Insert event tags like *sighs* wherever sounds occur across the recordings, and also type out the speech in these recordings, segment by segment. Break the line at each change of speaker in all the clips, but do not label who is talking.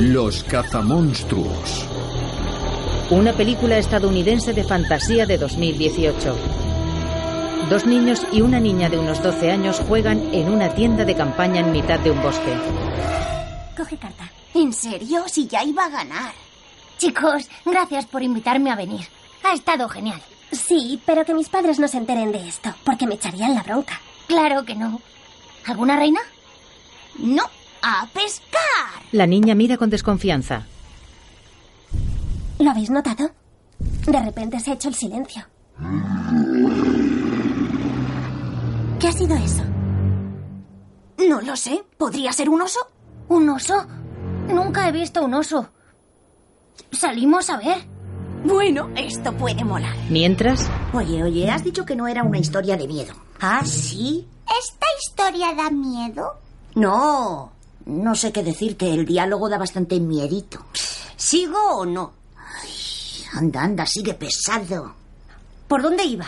Los cazamonstruos.
Una película estadounidense de fantasía de 2018. Dos niños y una niña de unos 12 años juegan en una tienda de campaña en mitad de un bosque.
Coge carta.
¿En serio? Si ya iba a ganar.
Chicos, gracias por invitarme a venir. Ha estado genial.
Sí, pero que mis padres no se enteren de esto, porque me echarían la bronca.
Claro que no. ¿Alguna reina?
No, a pescar.
La niña mira con desconfianza.
¿Lo habéis notado? De repente se ha hecho el silencio. ¿Qué ha sido eso?
No lo sé. ¿Podría ser un oso? ¿Un oso? Nunca he visto un oso. Salimos a ver.
Bueno, esto puede molar.
Mientras,
Oye, oye, has dicho que no era una historia de miedo. ¿Ah, sí?
¿Esta historia da miedo?
No. No sé qué decirte, el diálogo da bastante miedito. ¿Sigo o no? Ay, anda, anda, sigue pesado.
¿Por dónde iba?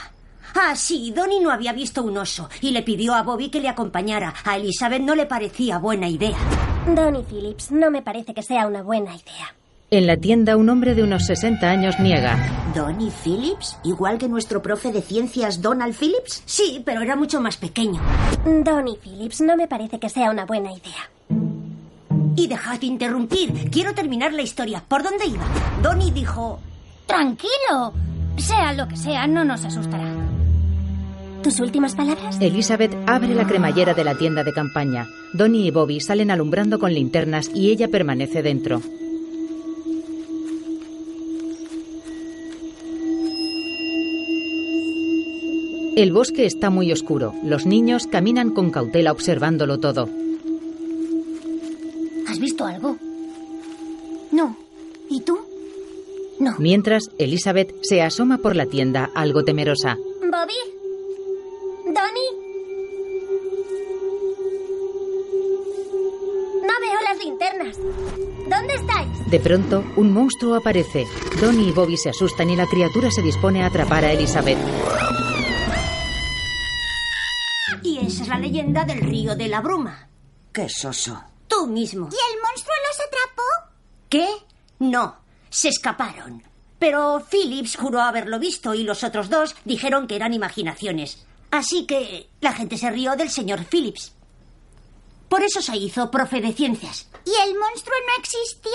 Ah, sí, Donnie no había visto un oso y le pidió a Bobby que le acompañara. A Elizabeth no le parecía buena idea.
Donnie Phillips, no me parece que sea una buena idea.
en la tienda un hombre de unos 60 años niega.
¿Donnie Phillips? ¿Igual que nuestro profe de ciencias Donald Phillips?
Sí, pero era mucho más pequeño.
Donnie Phillips, no me parece que sea una buena idea.
Y dejad de interrumpir. Quiero terminar la historia. ¿Por dónde iba? Donnie dijo...
Tranquilo. Sea lo que sea, no nos asustará.
¿Tus últimas palabras?
Elizabeth abre la cremallera de la tienda de campaña. Donnie y Bobby salen alumbrando con linternas y ella permanece dentro. El bosque está muy oscuro. Los niños caminan con cautela observándolo todo.
¿Has visto algo? No. ¿Y tú? No.
Mientras, Elizabeth se asoma por la tienda, algo temerosa.
¿Bobby? ¿Donnie?
No veo las linternas. ¿Dónde estáis?
De pronto, un monstruo aparece. Donnie y Bobby se asustan y la criatura se dispone a atrapar a Elizabeth.
Y esa es la leyenda del río de la bruma.
Qué soso.
Tú mismo.
¿Y el monstruo los atrapó?
¿Qué? No, se escaparon. Pero Phillips juró haberlo visto y los otros dos dijeron que eran imaginaciones. Así que la gente se rió del señor Phillips. Por eso se hizo profe de ciencias.
¿Y el monstruo no existió?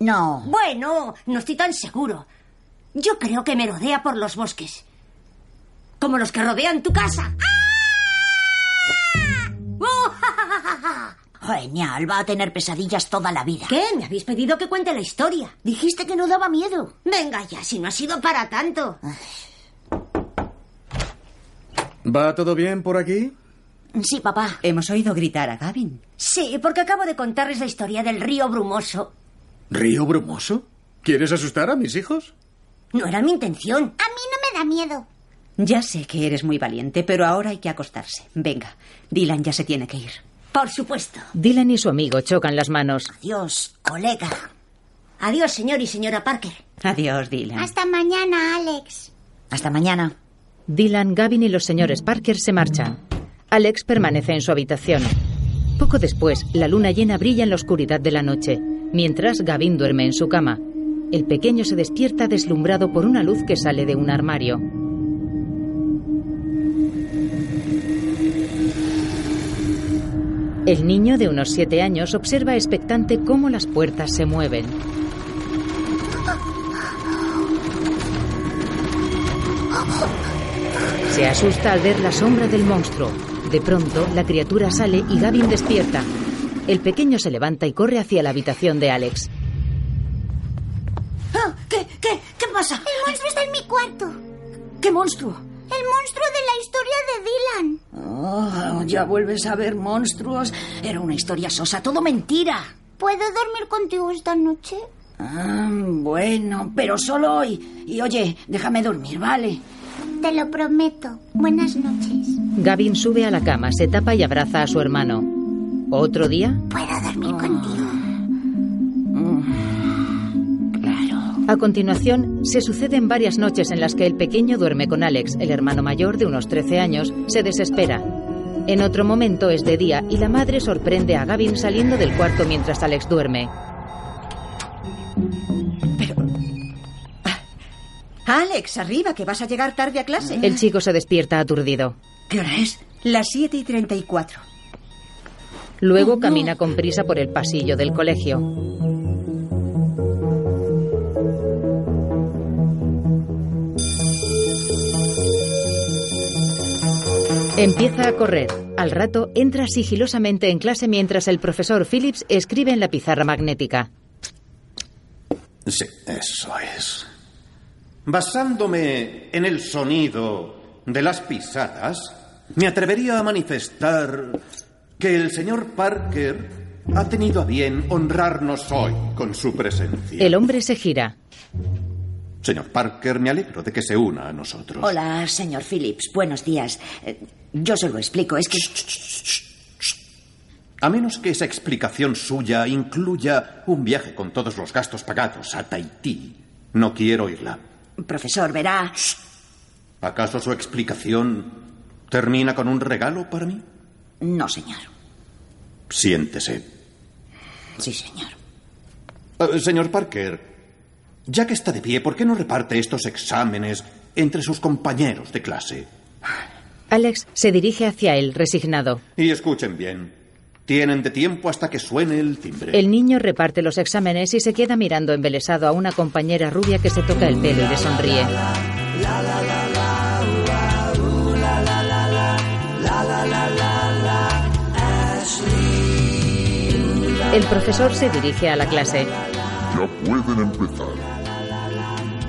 No.
Bueno, no estoy tan seguro. Yo creo que me rodea por los bosques. Como los que rodean tu casa. ¡Ah! ¡Oh! *laughs*
Genial, va a tener pesadillas toda la vida.
¿Qué? Me habéis pedido que cuente la historia.
Dijiste que no daba miedo.
Venga ya, si no ha sido para tanto.
¿Va todo bien por aquí?
Sí, papá.
Hemos oído gritar a Gavin.
Sí, porque acabo de contarles la historia del río brumoso.
¿Río brumoso? ¿Quieres asustar a mis hijos?
No era mi intención.
A mí no me da miedo.
Ya sé que eres muy valiente, pero ahora hay que acostarse. Venga, Dylan ya se tiene que ir.
Por supuesto.
Dylan y su amigo chocan las manos.
Dios, colega.
Adiós, señor y señora Parker.
Adiós, Dylan.
Hasta mañana, Alex.
Hasta mañana.
Dylan, Gavin y los señores Parker se marchan. Alex permanece en su habitación. Poco después, la luna llena brilla en la oscuridad de la noche, mientras Gavin duerme en su cama. El pequeño se despierta deslumbrado por una luz que sale de un armario. El niño de unos siete años observa expectante cómo las puertas se mueven. Se asusta al ver la sombra del monstruo. De pronto, la criatura sale y Gavin despierta. El pequeño se levanta y corre hacia la habitación de Alex.
Ah, ¿Qué, qué, qué pasa?
El monstruo está en mi cuarto. El
¿Qué monstruo?
monstruo de la historia de Dylan.
Oh, ya vuelves a ver monstruos. Era una historia sosa, todo mentira.
¿Puedo dormir contigo esta noche?
Ah, bueno, pero solo hoy. Y oye, déjame dormir, ¿vale?
Te lo prometo. Buenas noches.
Gavin sube a la cama, se tapa y abraza a su hermano. ¿Otro día?
Puedo dormir contigo.
A continuación, se suceden varias noches en las que el pequeño duerme con Alex, el hermano mayor de unos 13 años, se desespera. En otro momento es de día y la madre sorprende a Gavin saliendo del cuarto mientras Alex duerme.
ah,
Alex, arriba, que vas a llegar tarde a clase.
El chico se despierta aturdido.
¿Qué hora es? Las 7 y 34.
Luego camina con prisa por el pasillo del colegio. Empieza a correr. Al rato entra sigilosamente en clase mientras el profesor Phillips escribe en la pizarra magnética.
Sí, eso es. Basándome en el sonido de las pisadas, me atrevería a manifestar que el señor Parker ha tenido a bien honrarnos hoy con su presencia.
El hombre se gira.
Señor Parker, me alegro de que se una a nosotros.
Hola, señor Phillips. Buenos días. Eh, Yo se lo explico. Es que.
A menos que esa explicación suya incluya un viaje con todos los gastos pagados a Tahití, no quiero oírla.
Profesor, verá.
¿Acaso su explicación termina con un regalo para mí?
No, señor.
Siéntese.
Sí, señor.
Eh, señor Parker, ya que está de pie, ¿por qué no reparte estos exámenes entre sus compañeros de clase?
Alex se dirige hacia él, resignado.
Y escuchen bien. Tienen de tiempo hasta que suene el timbre.
El niño reparte los exámenes y se queda mirando embelesado a una compañera rubia que se toca el pelo y le sonríe. El profesor se dirige a la clase.
Ya pueden empezar.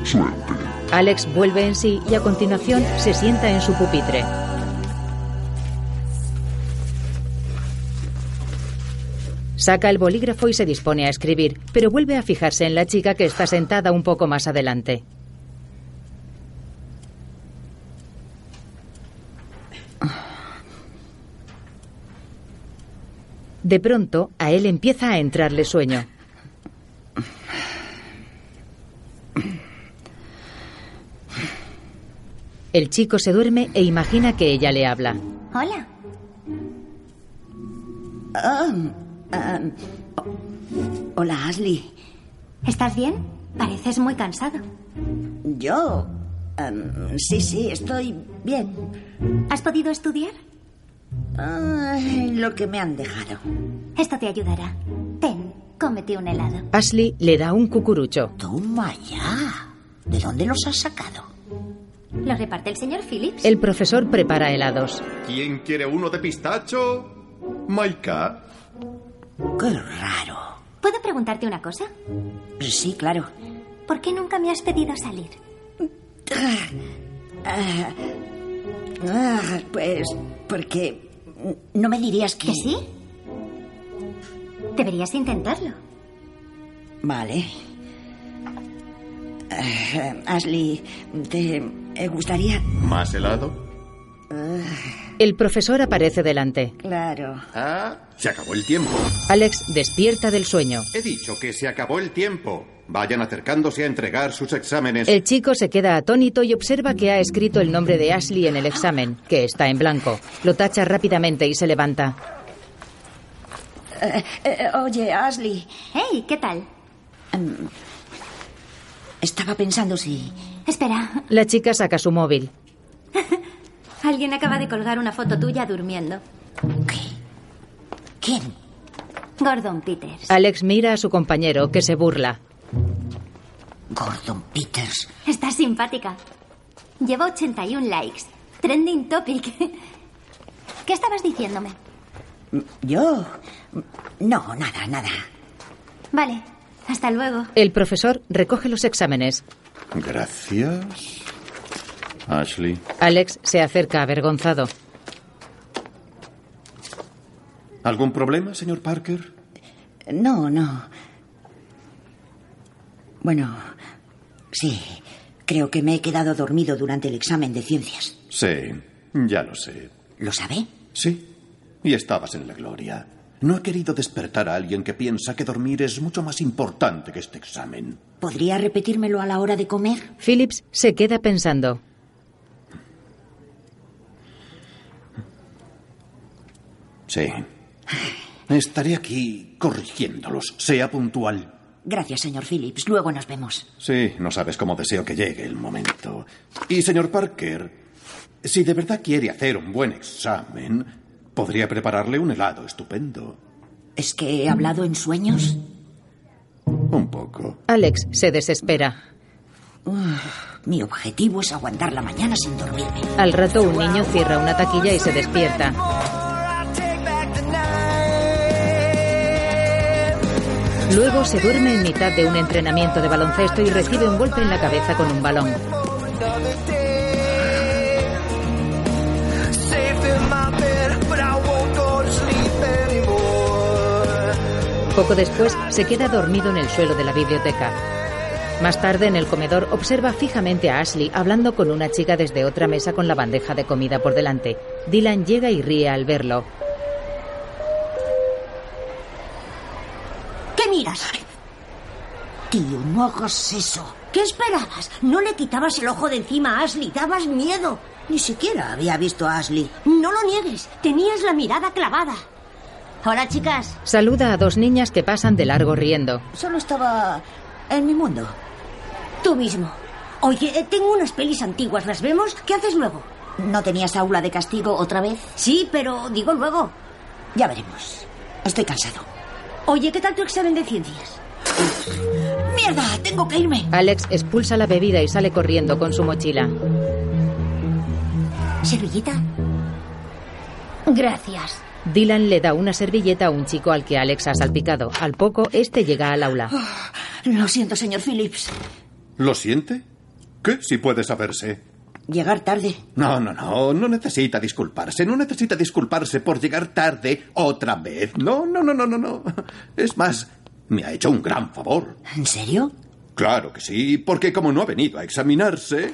Suerte.
Alex vuelve en sí y a continuación se sienta en su pupitre. Saca el bolígrafo y se dispone a escribir, pero vuelve a fijarse en la chica que está sentada un poco más adelante. De pronto, a él empieza a entrarle sueño. El chico se duerme e imagina que ella le habla.
Hola.
Hola, Ashley.
¿Estás bien? Pareces muy cansado.
Yo. em, sí, sí, estoy bien.
¿Has podido estudiar?
Ay, lo que me han dejado.
Esto te ayudará. Ten, cómete un helado.
Ashley le da un cucurucho.
Toma ya. ¿De dónde los has sacado?
¿Lo reparte el señor Phillips?
El profesor prepara helados.
¿Quién quiere uno de pistacho? Maika.
Qué raro.
¿Puedo preguntarte una cosa?
Sí, claro.
¿Por qué nunca me has pedido salir?
Ah, pues porque no me dirías que...
¿Que sí? Deberías intentarlo.
Vale. Eh, Ashley, ¿te eh, gustaría?
¿Más helado?
El profesor aparece delante.
Claro.
Ah, se acabó el tiempo.
Alex despierta del sueño.
He dicho que se acabó el tiempo. Vayan acercándose a entregar sus exámenes.
El chico se queda atónito y observa que ha escrito el nombre de Ashley en el examen, que está en blanco. Lo tacha rápidamente y se levanta.
Eh, oye, Ashley,
¡Hey! ¿Qué tal?
estaba pensando si...
Espera,
La chica saca su móvil.
alguien acaba de colgar una foto tuya durmiendo.
¿Quién?
Gordon Peters.
Alex mira a su compañero, que se burla.
Gordon Peters.
Estás simpática. Lleva 81 likes. Trending topic. *laughs* ¿Qué estabas diciéndome?
¿Yo? No, nada, nada.
Vale, hasta luego.
El profesor recoge los exámenes.
Gracias. Ashley.
Alex se acerca avergonzado.
¿Algún problema, señor Parker?
No, no. Bueno, sí, creo que me he quedado dormido durante el examen de ciencias.
Sí, ya lo sé.
¿Lo sabe?
Sí. Y estabas en la gloria. No he querido despertar a alguien que piensa que dormir es mucho más importante que este examen.
¿Podría repetírmelo a la hora de comer?
Phillips se queda pensando.
Sí. Estaré aquí corrigiéndolos. Sea puntual.
Gracias, señor Phillips. Luego nos vemos.
Sí, no sabes cómo deseo que llegue el momento. Y, señor Parker, si de verdad quiere hacer un buen examen, podría prepararle un helado estupendo.
¿Es que he hablado en sueños?
Un poco.
Alex se desespera.
Mi objetivo es aguantar la mañana sin dormirme.
Al rato un niño cierra una taquilla y se despierta. Luego se duerme en mitad de un entrenamiento de baloncesto y recibe un golpe en la cabeza con un balón. Poco después se queda dormido en el suelo de la biblioteca. Más tarde en el comedor observa fijamente a Ashley hablando con una chica desde otra mesa con la bandeja de comida por delante. Dylan llega y ríe al verlo.
¿Qué miras?
Tío, no hagas eso.
¿Qué esperabas? No le quitabas el ojo de encima a Ashley, dabas miedo.
Ni siquiera había visto a Ashley.
No lo niegues, tenías la mirada clavada. Hola, chicas.
Saluda a dos niñas que pasan de largo riendo.
Solo estaba en mi mundo.
Tú mismo.
eh,
Oye, tengo unas pelis antiguas, ¿las vemos? ¿Qué haces luego?
¿No tenías aula de castigo otra vez?
Sí, pero digo luego.
Ya veremos. Estoy cansado.
Oye, ¿qué tal tu examen de ciencias?
¡Mierda! Tengo que irme.
Alex expulsa la bebida y sale corriendo con su mochila.
¿Servilleta?
Gracias.
Dylan le da una servilleta a un chico al que Alex ha salpicado. Al poco, este llega al aula.
Lo siento, señor Phillips.
¿Lo siente? ¿Qué? Si puede saberse.
Llegar tarde.
No, no, no, no necesita disculparse, no necesita disculparse por llegar tarde otra vez. No, no, no, no, no, no. Es más, me ha hecho un gran favor.
¿En serio?
Claro que sí, porque como no ha venido a examinarse,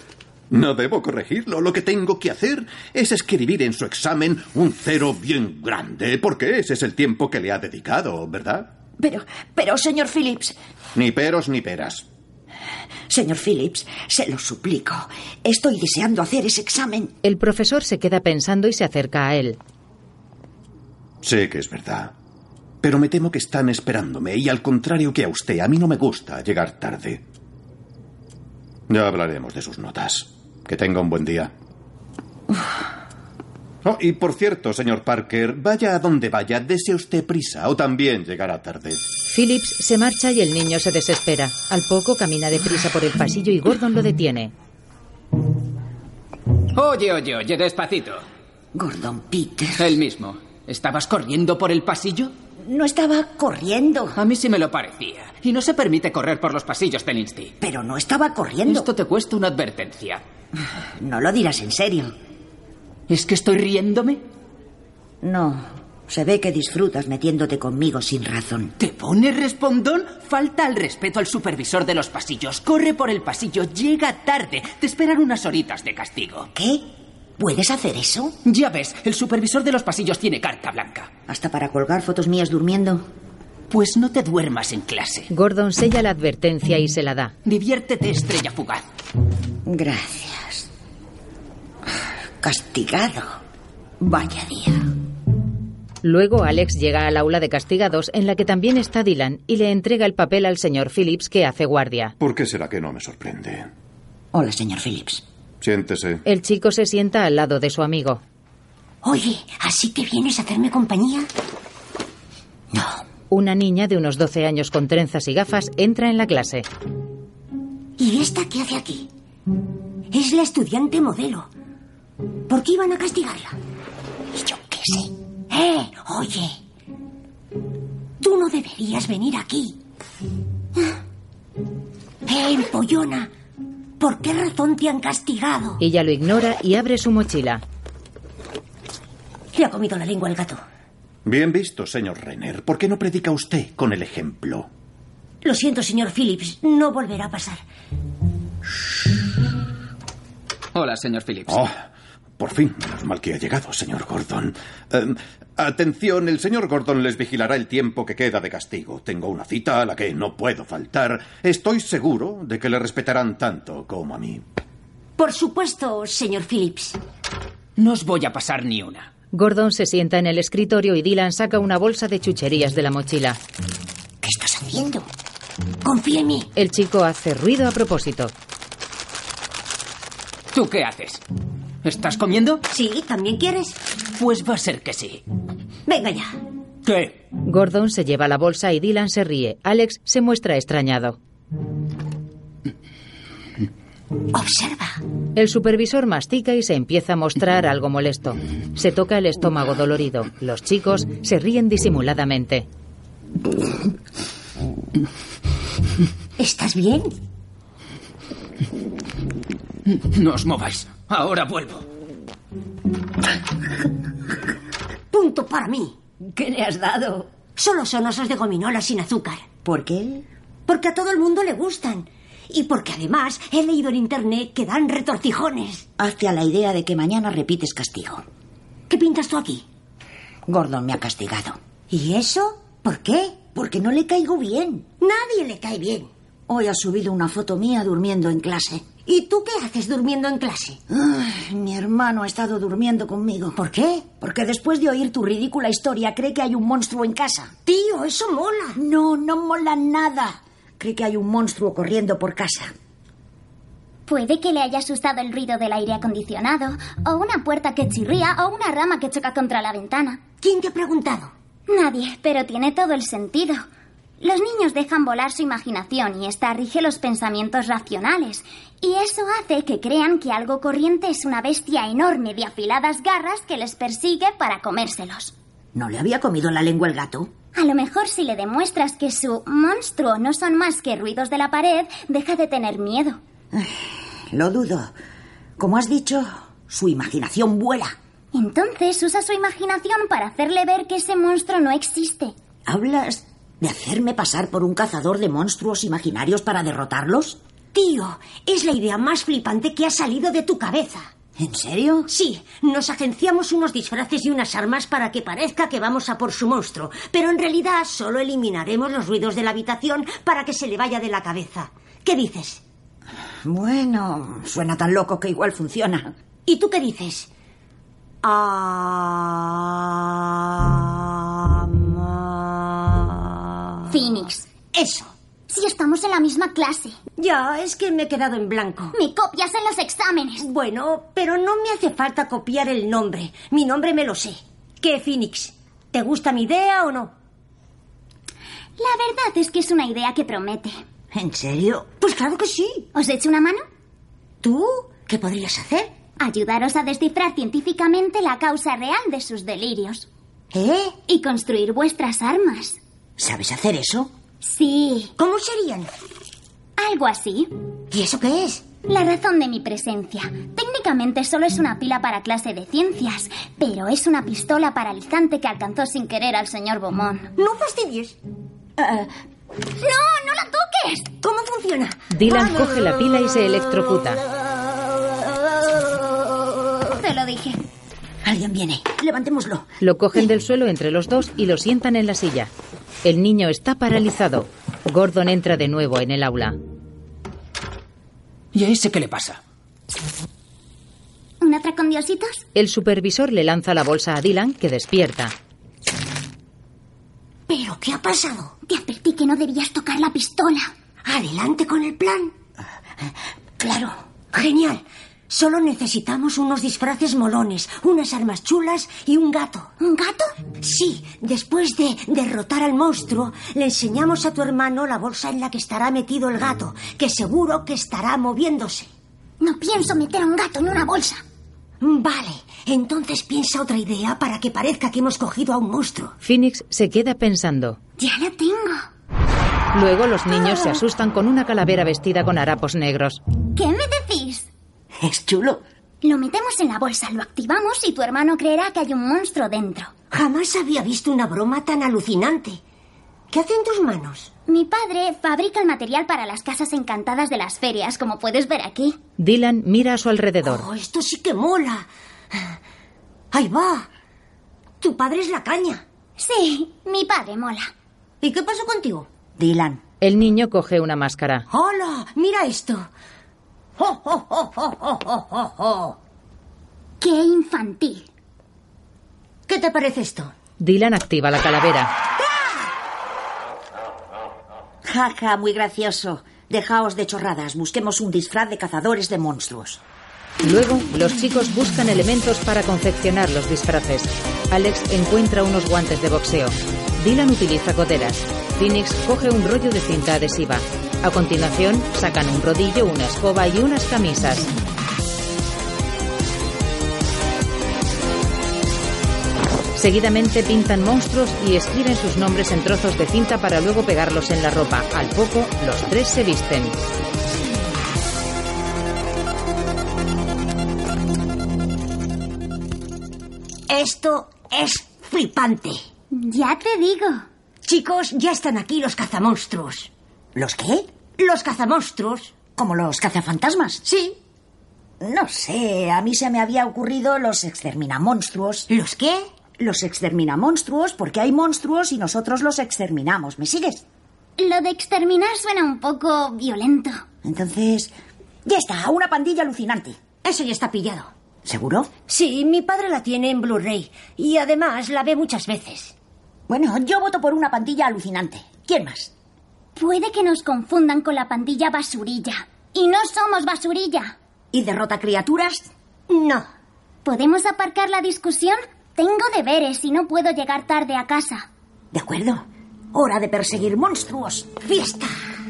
no debo corregirlo. Lo que tengo que hacer es escribir en su examen un cero bien grande, porque ese es el tiempo que le ha dedicado, ¿verdad?
Pero, pero, señor Phillips.
Ni peros ni peras.
Señor Phillips, se lo suplico. Estoy deseando hacer ese examen.
El profesor se queda pensando y se acerca a él.
Sé que es verdad. Pero me temo que están esperándome y al contrario que a usted, a mí no me gusta llegar tarde. Ya hablaremos de sus notas. Que tenga un buen *sighs* día. Oh, y por cierto, señor Parker, vaya a donde vaya, dese usted prisa o también llegará tarde.
Phillips se marcha y el niño se desespera. Al poco camina deprisa por el pasillo y Gordon lo detiene.
Oye, oye, oye, despacito.
Gordon Peter.
El mismo. ¿Estabas corriendo por el pasillo?
No estaba corriendo.
A mí sí me lo parecía. Y no se permite correr por los pasillos del Insti.
Pero no estaba corriendo.
Esto te cuesta una advertencia.
No lo dirás en serio.
¿Es que estoy riéndome?
No. Se ve que disfrutas metiéndote conmigo sin razón.
¿Te pones respondón? Falta al respeto al supervisor de los pasillos. Corre por el pasillo, llega tarde. Te esperan unas horitas de castigo.
¿Qué? ¿Puedes hacer eso?
Ya ves, el supervisor de los pasillos tiene carta blanca.
¿Hasta para colgar fotos mías durmiendo?
Pues no te duermas en clase.
Gordon sella la advertencia y se la da.
Diviértete, estrella fugaz.
Gracias. Castigado. Vaya día.
Luego Alex llega al aula de castigados en la que también está Dylan y le entrega el papel al señor Phillips que hace guardia.
¿Por qué será que no me sorprende?
Hola, señor Phillips.
Siéntese.
El chico se sienta al lado de su amigo.
Oye, ¿así que vienes a hacerme compañía?
No.
Una niña de unos 12 años con trenzas y gafas entra en la clase.
¿Y esta qué hace aquí? Es la estudiante modelo. ¿Por qué iban a castigarla?
¿Y yo qué sé?
¡Eh! Oye. Tú no deberías venir aquí. ¡Eh, empollona! ¿Por qué razón te han castigado?
Ella lo ignora y abre su mochila.
Le ha comido la lengua al gato.
Bien visto, señor Renner. ¿Por qué no predica usted con el ejemplo?
Lo siento, señor Phillips. No volverá a pasar.
Hola, señor Phillips.
Oh, por fin, menos mal que ha llegado, señor Gordon. Eh, atención, el señor Gordon les vigilará el tiempo que queda de castigo. Tengo una cita a la que no puedo faltar. Estoy seguro de que le respetarán tanto como a mí.
Por supuesto, señor Phillips.
No os voy a pasar ni una.
Gordon se sienta en el escritorio y Dylan saca una bolsa de chucherías de la mochila.
¿Qué estás haciendo?
Confía en mí. El chico hace ruido a propósito.
¿Tú qué haces? ¿Estás comiendo?
Sí, ¿también quieres?
Pues va a ser que sí.
Venga ya.
¿Qué?
Gordon se lleva la bolsa y Dylan se ríe. Alex se muestra extrañado. Observa. El supervisor mastica y se empieza a mostrar algo molesto. Se toca el estómago dolorido. Los chicos se ríen disimuladamente.
¿Estás bien?
No os mováis. Ahora vuelvo.
Punto para mí. ¿Qué le has dado? Solo son osos de gominola sin azúcar.
¿Por qué?
Porque a todo el mundo le gustan. Y porque además he leído en internet que dan retorcijones.
Hazte a la idea de que mañana repites castigo.
¿Qué pintas tú aquí?
Gordon me ha castigado.
¿Y eso? ¿Por qué?
Porque no le caigo bien.
Nadie le cae bien.
Hoy ha subido una foto mía durmiendo en clase.
¿Y tú qué haces durmiendo en clase?
Ay, mi hermano ha estado durmiendo conmigo.
¿Por qué?
Porque después de oír tu ridícula historia cree que hay un monstruo en casa.
Tío, eso mola.
No, no mola nada. Cree que hay un monstruo corriendo por casa.
Puede que le haya asustado el ruido del aire acondicionado, o una puerta que chirría, o una rama que choca contra la ventana.
¿Quién te ha preguntado?
Nadie, pero tiene todo el sentido. Los niños dejan volar su imaginación y esta rige los pensamientos racionales. Y eso hace que crean que algo corriente es una bestia enorme de afiladas garras que les persigue para comérselos.
¿No le había comido la lengua el gato?
A lo mejor si le demuestras que su monstruo no son más que ruidos de la pared, deja de tener miedo.
Lo dudo. Como has dicho, su imaginación vuela.
Entonces usa su imaginación para hacerle ver que ese monstruo no existe.
¿Hablas de hacerme pasar por un cazador de monstruos imaginarios para derrotarlos?
Tío, es la idea más flipante que ha salido de tu cabeza.
¿En serio?
Sí, nos agenciamos unos disfraces y unas armas para que parezca que vamos a por su monstruo, pero en realidad solo eliminaremos los ruidos de la habitación para que se le vaya de la cabeza. ¿Qué dices?
Bueno, suena tan loco que igual funciona.
¿Y tú qué dices? Ama-
Phoenix.
Eso.
Si estamos en la misma clase,
Ya, es que me he quedado en blanco.
me copias en los exámenes.
Bueno, pero no me hace falta copiar el nombre. Mi nombre me lo sé. ¿Qué, Phoenix? ¿Te gusta mi idea o no?
La verdad es que es una idea que promete.
¿En serio?
Pues claro que sí.
¿Os echo una mano?
¿Tú? ¿Qué podrías hacer?
Ayudaros a descifrar científicamente la causa real de sus delirios.
¿Eh?
Y construir vuestras armas.
¿Sabes hacer eso?
Sí,
¿Cómo serían?
algo así.
¿Y eso qué es?
La razón de mi presencia. Técnicamente solo es una pila para clase de ciencias, pero es una pistola paralizante que alcanzó sin querer al señor Beaumont.
No fastidies.
¡No! ¡No la toques!
¿Cómo funciona?
Dylan coge la pila y se electrocuta.
Te lo dije.
Alguien viene. Levantémoslo.
Lo cogen del suelo entre los dos y lo sientan en la silla. El niño está paralizado. Gordon entra de nuevo en el aula.
¿Y a ese qué le pasa?
¿Un atracón de ositos?
El supervisor le lanza la bolsa a Dylan, que despierta.
¿Pero qué ha pasado?
Te advertí que no debías tocar la pistola.
Adelante con el plan. Claro. Genial. Solo necesitamos unos disfraces molones, unas armas chulas y un gato.
¿Un gato?
Sí, después de derrotar al monstruo, le enseñamos a tu hermano la bolsa en la que estará metido el gato, que seguro que estará moviéndose.
No pienso meter a un gato en una bolsa.
Vale, entonces piensa otra idea para que parezca que hemos cogido a un monstruo.
Phoenix se queda pensando.
Ya la tengo.
Luego los niños se asustan con una calavera vestida con harapos negros.
¿Qué me decís?
Es chulo.
Lo metemos en la bolsa, lo activamos y tu hermano creerá que hay un monstruo dentro.
Jamás había visto una broma tan alucinante. ¿Qué hacen tus manos?
Mi padre fabrica el material para las casas encantadas de las ferias, como puedes ver aquí.
Dylan mira a su alrededor.
Oh, esto sí que mola. Ahí va. Tu padre es la caña.
Sí, mi padre mola.
¿Y qué pasó contigo?
Dylan,
El niño coge una máscara.
¡Hola! ¡Mira esto! ¡Oh, oh, oh, oh, oh, oh, oh, oh!
¡Qué infantil!
¿Qué te parece esto?
Dylan activa la calavera.
Jaja, muy gracioso. Dejaos de chorradas, busquemos un disfraz de cazadores de monstruos.
Luego, los chicos buscan elementos para confeccionar los disfraces. Alex encuentra unos guantes de boxeo. Dylan utiliza goteras. Phoenix coge un rollo de cinta adhesiva. A continuación, sacan un rodillo, una escoba y unas camisas. Seguidamente pintan monstruos y escriben sus nombres en trozos de cinta para luego pegarlos en la ropa. Al poco, los tres se visten.
Esto es flipante.
Ya te digo.
Chicos, ya están aquí los cazamonstruos.
¿Los qué?
Los cazamonstruos.
¿Como los cazafantasmas?
Sí.
No sé, a mí se me había ocurrido los exterminamonstruos.
¿Los qué?
Los exterminamonstruos porque hay monstruos y nosotros los exterminamos. ¿Me sigues?
Lo de exterminar suena un poco violento.
Entonces, ya está, una pandilla alucinante.
Eso ya está pillado.
¿Seguro?
Sí, mi padre la tiene en Blu-ray. Y además la ve muchas veces.
Bueno, yo voto por una pandilla alucinante. ¿Quién más?
Puede que nos confundan con la pandilla basurilla. Y no somos basurilla.
¿Y derrota criaturas?
No.
¿Podemos aparcar la discusión? Tengo deberes y no puedo llegar tarde a casa.
De acuerdo. Hora de perseguir monstruos. ¡Fiesta!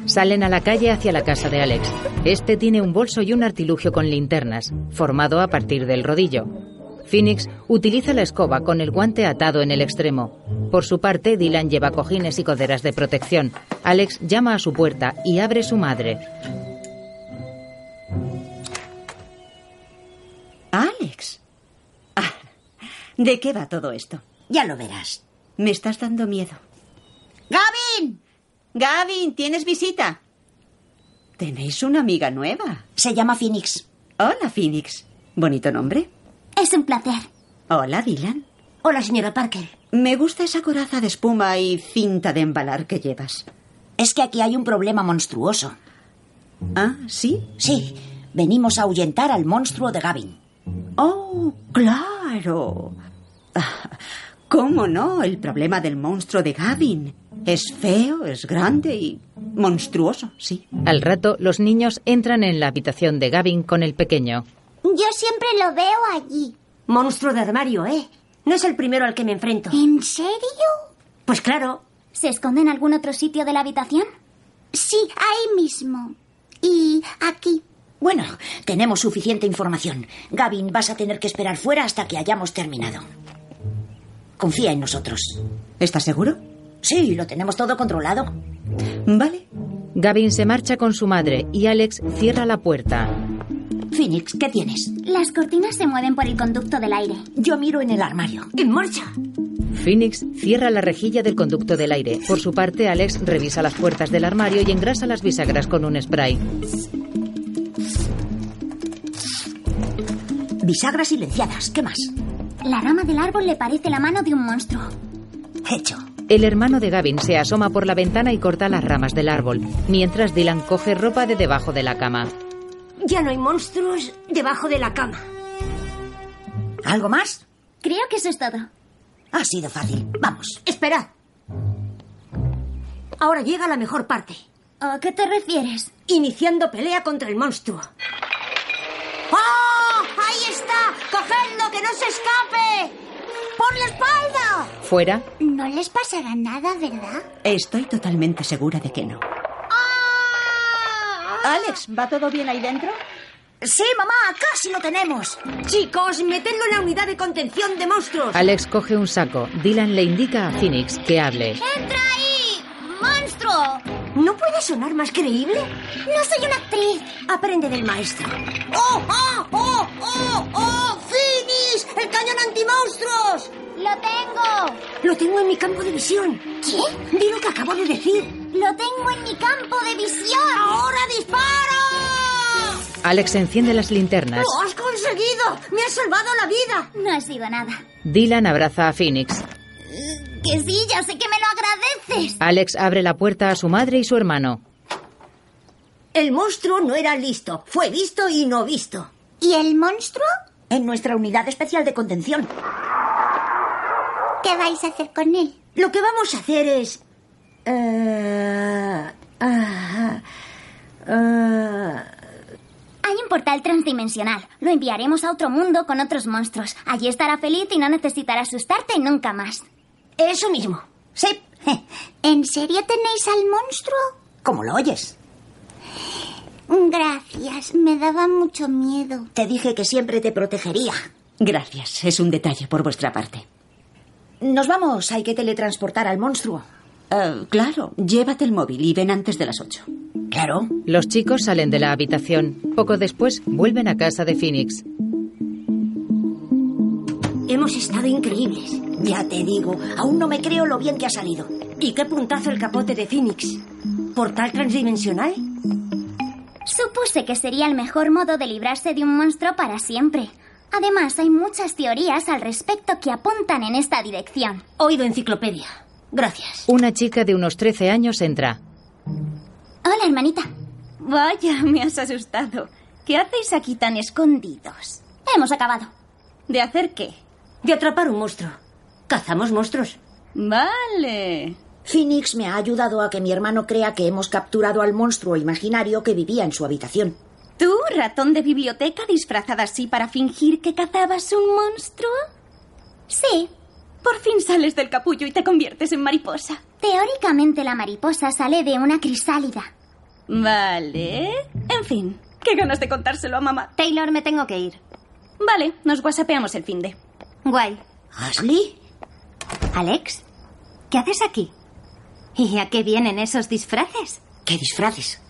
Salen a la calle hacia la casa de Alex. Este tiene un bolso y un artilugio con linternas, formado a partir del rodillo. Phoenix utiliza la escoba con el guante atado en el extremo. Por su parte, Dylan lleva cojines y coderas de protección. Alex llama a su puerta y abre su madre.
Alex. Ah, ¿De qué va todo esto?
Ya lo verás.
Me estás dando miedo.
¡Gavin!
Gavin, tienes visita. Tenéis una amiga nueva.
Se llama Phoenix.
Hola, Phoenix. Bonito nombre.
Es un placer.
Hola, Dylan.
Hola, señora Parker.
Me gusta esa coraza de espuma y cinta de embalar que llevas.
Es que aquí hay un problema monstruoso.
Ah, ¿sí?
Sí, venimos a ahuyentar al monstruo de Gavin.
Oh, claro. Ah, ¿Cómo no? El problema del monstruo de Gavin. Es feo, es grande y monstruoso, sí.
Al rato, los niños entran en la habitación de Gavin con el pequeño.
Yo siempre lo veo allí.
Monstruo de armario, ¿eh? No es el primero al que me enfrento.
¿En serio?
Pues claro.
¿Se esconde en algún otro sitio de la habitación? Sí, ahí mismo. Y aquí.
Bueno, tenemos suficiente información. Gavin, vas a tener que esperar fuera hasta que hayamos terminado. Confía en nosotros.
¿Estás seguro?
Sí, lo tenemos todo controlado.
Vale.
Gavin se marcha con su madre y Alex cierra la puerta.
Phoenix, ¿qué tienes?
Las cortinas se mueven por el conducto del aire.
Yo miro en el armario.
¡En marcha!
Phoenix cierra la rejilla del conducto del aire. Por su parte, Alex revisa las puertas del armario y engrasa las bisagras con un spray.
Bisagras silenciadas, ¿qué más?
La rama del árbol le parece la mano de un monstruo.
Hecho.
El hermano de Gavin se asoma por la ventana y corta las ramas del árbol, mientras Dylan coge ropa de debajo de la cama.
Ya no hay monstruos debajo de la cama.
¿Algo más?
Creo que eso es todo.
Ha sido fácil. Vamos.
Esperad. Ahora llega la mejor parte.
¿A qué te refieres?
Iniciando pelea contra el monstruo. ¡Oh! ¡Ahí está! ¡Cogedlo, que no se escape! ¡Por la espalda!
Fuera,
No les pasará nada, ¿verdad?
Estoy totalmente segura de que no.
¡Ah!
Alex, ¿va todo bien ahí dentro?
Sí, mamá, casi lo tenemos.
Chicos, metedlo en la unidad de contención de monstruos.
Alex coge un saco. Dylan le indica a Phoenix que hable.
¡Entra ahí! ¡Monstruo!
¿No puede sonar más creíble?
No soy una actriz.
Aprende del maestro. ¡Oh, oh, oh, oh, oh! ¡Finis! ¡El cañón antimonstruos!
¡Lo tengo!
Lo tengo en mi campo de visión.
¿Qué?
Di lo que acabo de decir.
¡Lo tengo en mi campo de visión!
¡Ahora disparo!
Alex enciende las linternas.
¡Lo has conseguido! ¡Me has salvado la vida!
No ha sido nada.
Dylan abraza a Phoenix.
Que sí, ya sé que me lo agradeces.
Alex abre la puerta a su madre y su hermano.
El monstruo no era listo. Fue visto y no visto.
¿Y el monstruo?
En nuestra unidad especial de contención.
¿Qué vais a hacer con él?
Lo que vamos a hacer es... eh,
Ah, ah. Hay un portal transdimensional. Lo enviaremos a otro mundo con otros monstruos. Allí estará feliz y no necesitará asustarte nunca más. Eso mismo. Sí.
*laughs* ¿En serio tenéis al monstruo?
¿Cómo lo oyes?
Gracias, me daba mucho miedo. Te dije que siempre te protegería.
Gracias, es un detalle por vuestra parte.
Nos vamos, hay que teletransportar al monstruo.
Eh, claro, llévate el móvil y ven antes de las ocho.
Claro. Los chicos salen de la habitación. Poco después vuelven a casa de Phoenix.
Hemos estado increíbles. Ya te digo, aún no me creo lo bien que ha salido.
¿Y qué puntazo el capote de Phoenix? ¿Portal transdimensional?
Supuse que sería el mejor modo de librarse de un monstruo para siempre. Además, hay muchas teorías al respecto que apuntan en esta dirección.
Oído enciclopedia. Gracias.
Una chica de unos 13 años entra.
Hola, hermanita.
Vaya, me has asustado. ¿Qué hacéis aquí tan escondidos?
Hemos acabado.
¿De hacer qué?
De atrapar un monstruo. Cazamos monstruos.
Vale.
Phoenix me ha ayudado a que mi hermano crea que hemos capturado al monstruo imaginario que vivía en su habitación.
¿Tú, ratón de biblioteca, disfrazada así para fingir que cazabas un monstruo?
Sí.
Por fin sales del capullo y te conviertes en mariposa.
Teóricamente la mariposa sale de una crisálida.
Vale. En fin, qué ganas de contárselo a mamá.
Taylor, me tengo que ir.
Vale, nos whatsappeamos el fin de.
Guay.
¿Ashley?
¿Alex? ¿Qué haces aquí? ¿Y a qué vienen esos disfraces?
¿Qué disfraces?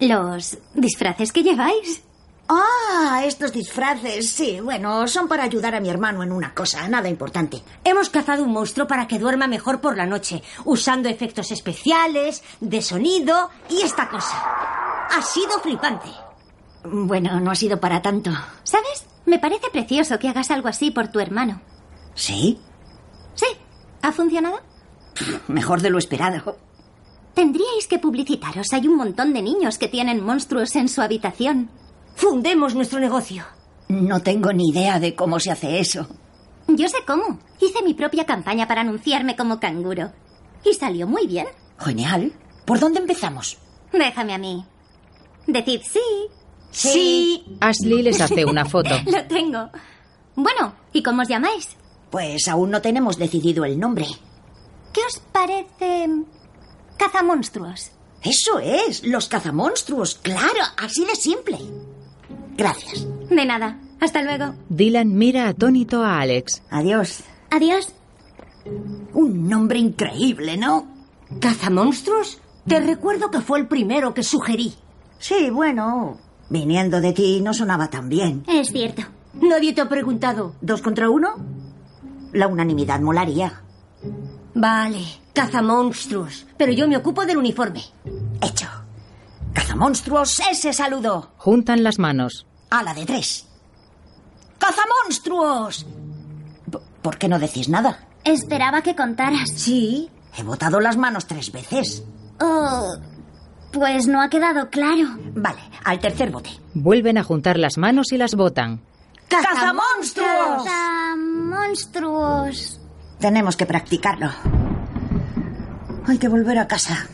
Los disfraces que lleváis.
Ah, estos disfraces. Sí, bueno, son para ayudar a mi hermano en una cosa, nada importante.
Hemos cazado un monstruo para que duerma mejor por la noche, usando efectos especiales, de sonido y esta cosa. Ha sido flipante.
Bueno, no ha sido para tanto. ¿Sabes? Me parece precioso que hagas algo así por tu hermano.
¿Sí?
Sí. ¿Ha funcionado?
Mejor de lo esperado.
Tendríais que publicitaros. Hay un montón de niños que tienen monstruos en su habitación.
Fundemos nuestro negocio.
No tengo ni idea de cómo se hace eso.
Yo sé cómo. Hice mi propia campaña para anunciarme como canguro. Y salió muy bien.
Genial. ¿Por dónde empezamos?
Déjame a mí. Decid sí.
Sí. sí.
Ashley les hace una foto.
Lo tengo. Bueno, ¿y cómo os llamáis?
Pues aún no tenemos decidido el nombre.
¿Qué os parece Cazamonstruos.
Eso es, los cazamonstruos, claro, así de simple. Gracias.
De nada, hasta luego.
Dylan mira atónito a Alex.
Adiós.
Adiós.
Un nombre increíble, ¿no?
¿Cazamonstruos? Te recuerdo que fue el primero que sugerí.
Sí, bueno, viniendo de ti no sonaba tan bien.
Es cierto.
Nadie te ha preguntado.
¿Dos contra uno? La unanimidad molaría.
Vale, cazamonstruos. Pero yo me ocupo del uniforme.
Hecho. Cazamonstruos, ese saludo.
Juntan las manos.
A la de tres. ¡Cazamonstruos! ¿Por qué no decís nada?
Esperaba que contaras.
Sí, he botado las manos tres veces.
Oh, pues no ha quedado claro.
Vale, al tercer bote.
Vuelven a juntar las manos y las botan.
¡Cazamonstruos!
¡Cazamonstruos!
Tenemos que practicarlo. Hay que volver a casa.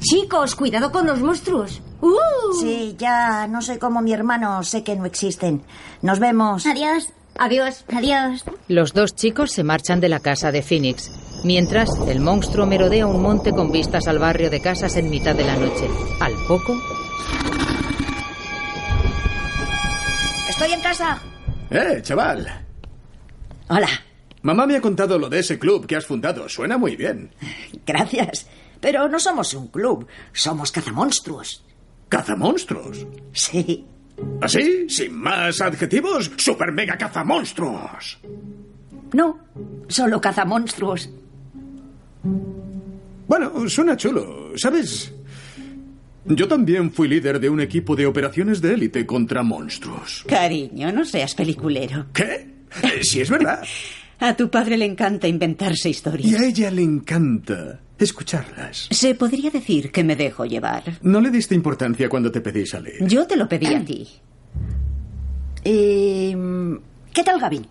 Chicos, cuidado con los monstruos. Uh.
Sí, ya no sé cómo mi hermano, sé que no existen. Nos vemos.
Adiós.
Adiós. Adiós.
Los dos chicos se marchan de la casa de Phoenix, mientras el monstruo merodea un monte con vistas al barrio de casas en mitad de la noche. Al poco.
Estoy en casa.
Eh, chaval.
Hola.
Mamá me ha contado lo de ese club que has fundado. Suena muy bien.
Gracias. Pero no somos un club, somos cazamonstruos.
¿Cazamonstruos?
Sí.
¿Ah,
¿Así? ¿Sin más adjetivos? ¡Super mega cazamonstruos!
No, solo cazamonstruos.
Bueno, suena chulo. ¿Sabes? Yo también fui líder de un equipo de operaciones de élite contra monstruos.
Cariño, no seas peliculero.
¿Qué? Eh, sí, es verdad.
A tu padre le encanta inventarse
*laughs*
historias.
Y a ella le encanta escucharlas.
Se podría decir que me dejo llevar.
No le diste importancia cuando te pedí salir.
Yo te lo pedí a ti.
Eh,
Em,
¿Qué tal, Gavin?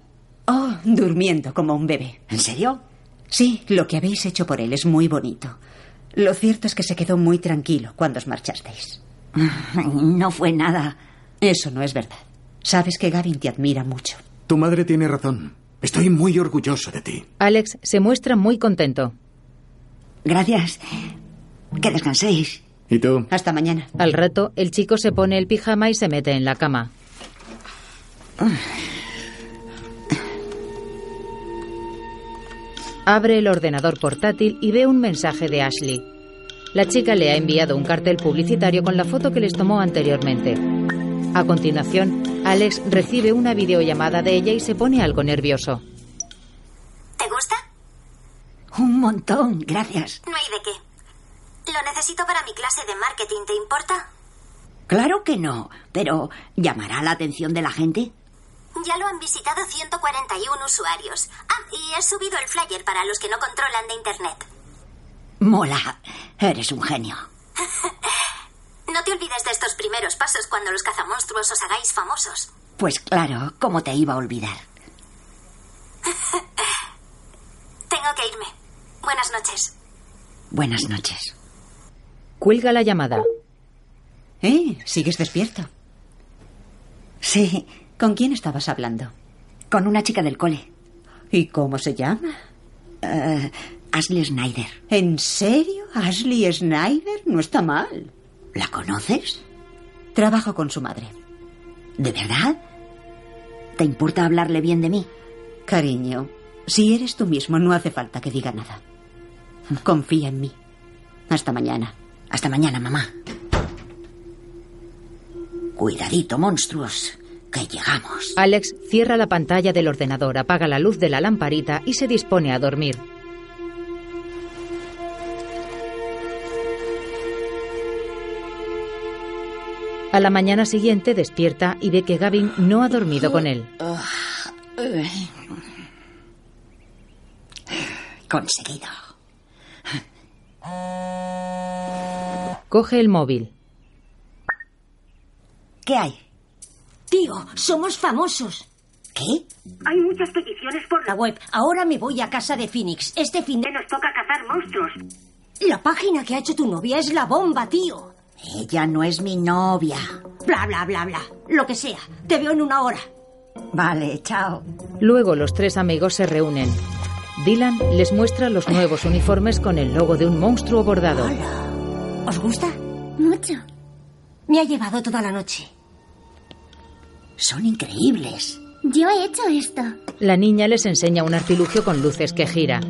Oh, durmiendo como un bebé.
¿En serio?
Sí, lo que habéis hecho por él es muy bonito.
Lo cierto es que se quedó muy tranquilo cuando os marchasteis. *laughs* No fue nada. Eso no es verdad. Sabes que Gavin te admira mucho.
Tu madre tiene razón. Estoy muy orgulloso de ti.
Alex se muestra muy contento.
Gracias. Que descanséis.
¿Y tú?
Hasta mañana.
Al rato, el chico se pone el pijama y se mete en la cama. Abre el ordenador portátil y ve un mensaje de Ashley. La chica le ha enviado un cartel publicitario con la foto que les tomó anteriormente. A continuación, Alex recibe una videollamada de ella y se pone algo nervioso.
¿Te gusta?
Un montón, gracias.
No hay de qué. Lo necesito para mi clase de marketing, ¿te importa?
Claro que no, pero ¿llamará la atención de la gente?
Ya lo han visitado 141 usuarios. Ah, y he subido el flyer para los que no controlan de Internet.
Mola, eres un genio.
No te olvides de estos primeros pasos cuando los cazamonstruos os hagáis famosos.
Pues claro, ¿cómo te iba a olvidar?
Tengo que irme. Buenas noches.
Buenas noches.
Cuelga la llamada.
¿Eh? ¿Sigues despierto? Sí. ¿Con quién estabas hablando?
Con una chica del cole.
¿Y cómo se llama?
Eh, Ashley Snyder.
¿En serio? ¿Ashley Snyder? No está mal.
¿La conoces?
Trabajo con su madre.
¿De verdad? ¿Te importa hablarle bien de mí?
Cariño, si eres tú mismo, no hace falta que diga nada. Confía en mí. Hasta mañana.
Hasta mañana, mamá. Cuidadito, monstruos, que llegamos.
Alex cierra la pantalla del ordenador, apaga la luz de la lamparita y se dispone a dormir. A la mañana siguiente despierta y ve que Gavin no ha dormido con él.
Conseguido.
Coge el móvil.
¿Qué hay?
Tío, somos famosos.
¿Qué?
Hay muchas peticiones por la web. Ahora me voy a casa de Phoenix. Este fin de nos toca cazar monstruos. La página que ha hecho tu novia es la bomba, tío.
Ella no es mi novia.
Bla, bla, bla, bla. Lo que sea. Te veo en una hora.
Vale, chao.
Luego los tres amigos se reúnen. Dylan les muestra los nuevos uniformes con el logo de un monstruo bordado.
Hola. ¿Os gusta?
Mucho.
Me ha llevado toda la noche.
Son increíbles.
Yo he hecho esto.
La niña les enseña un artilugio con luces que gira.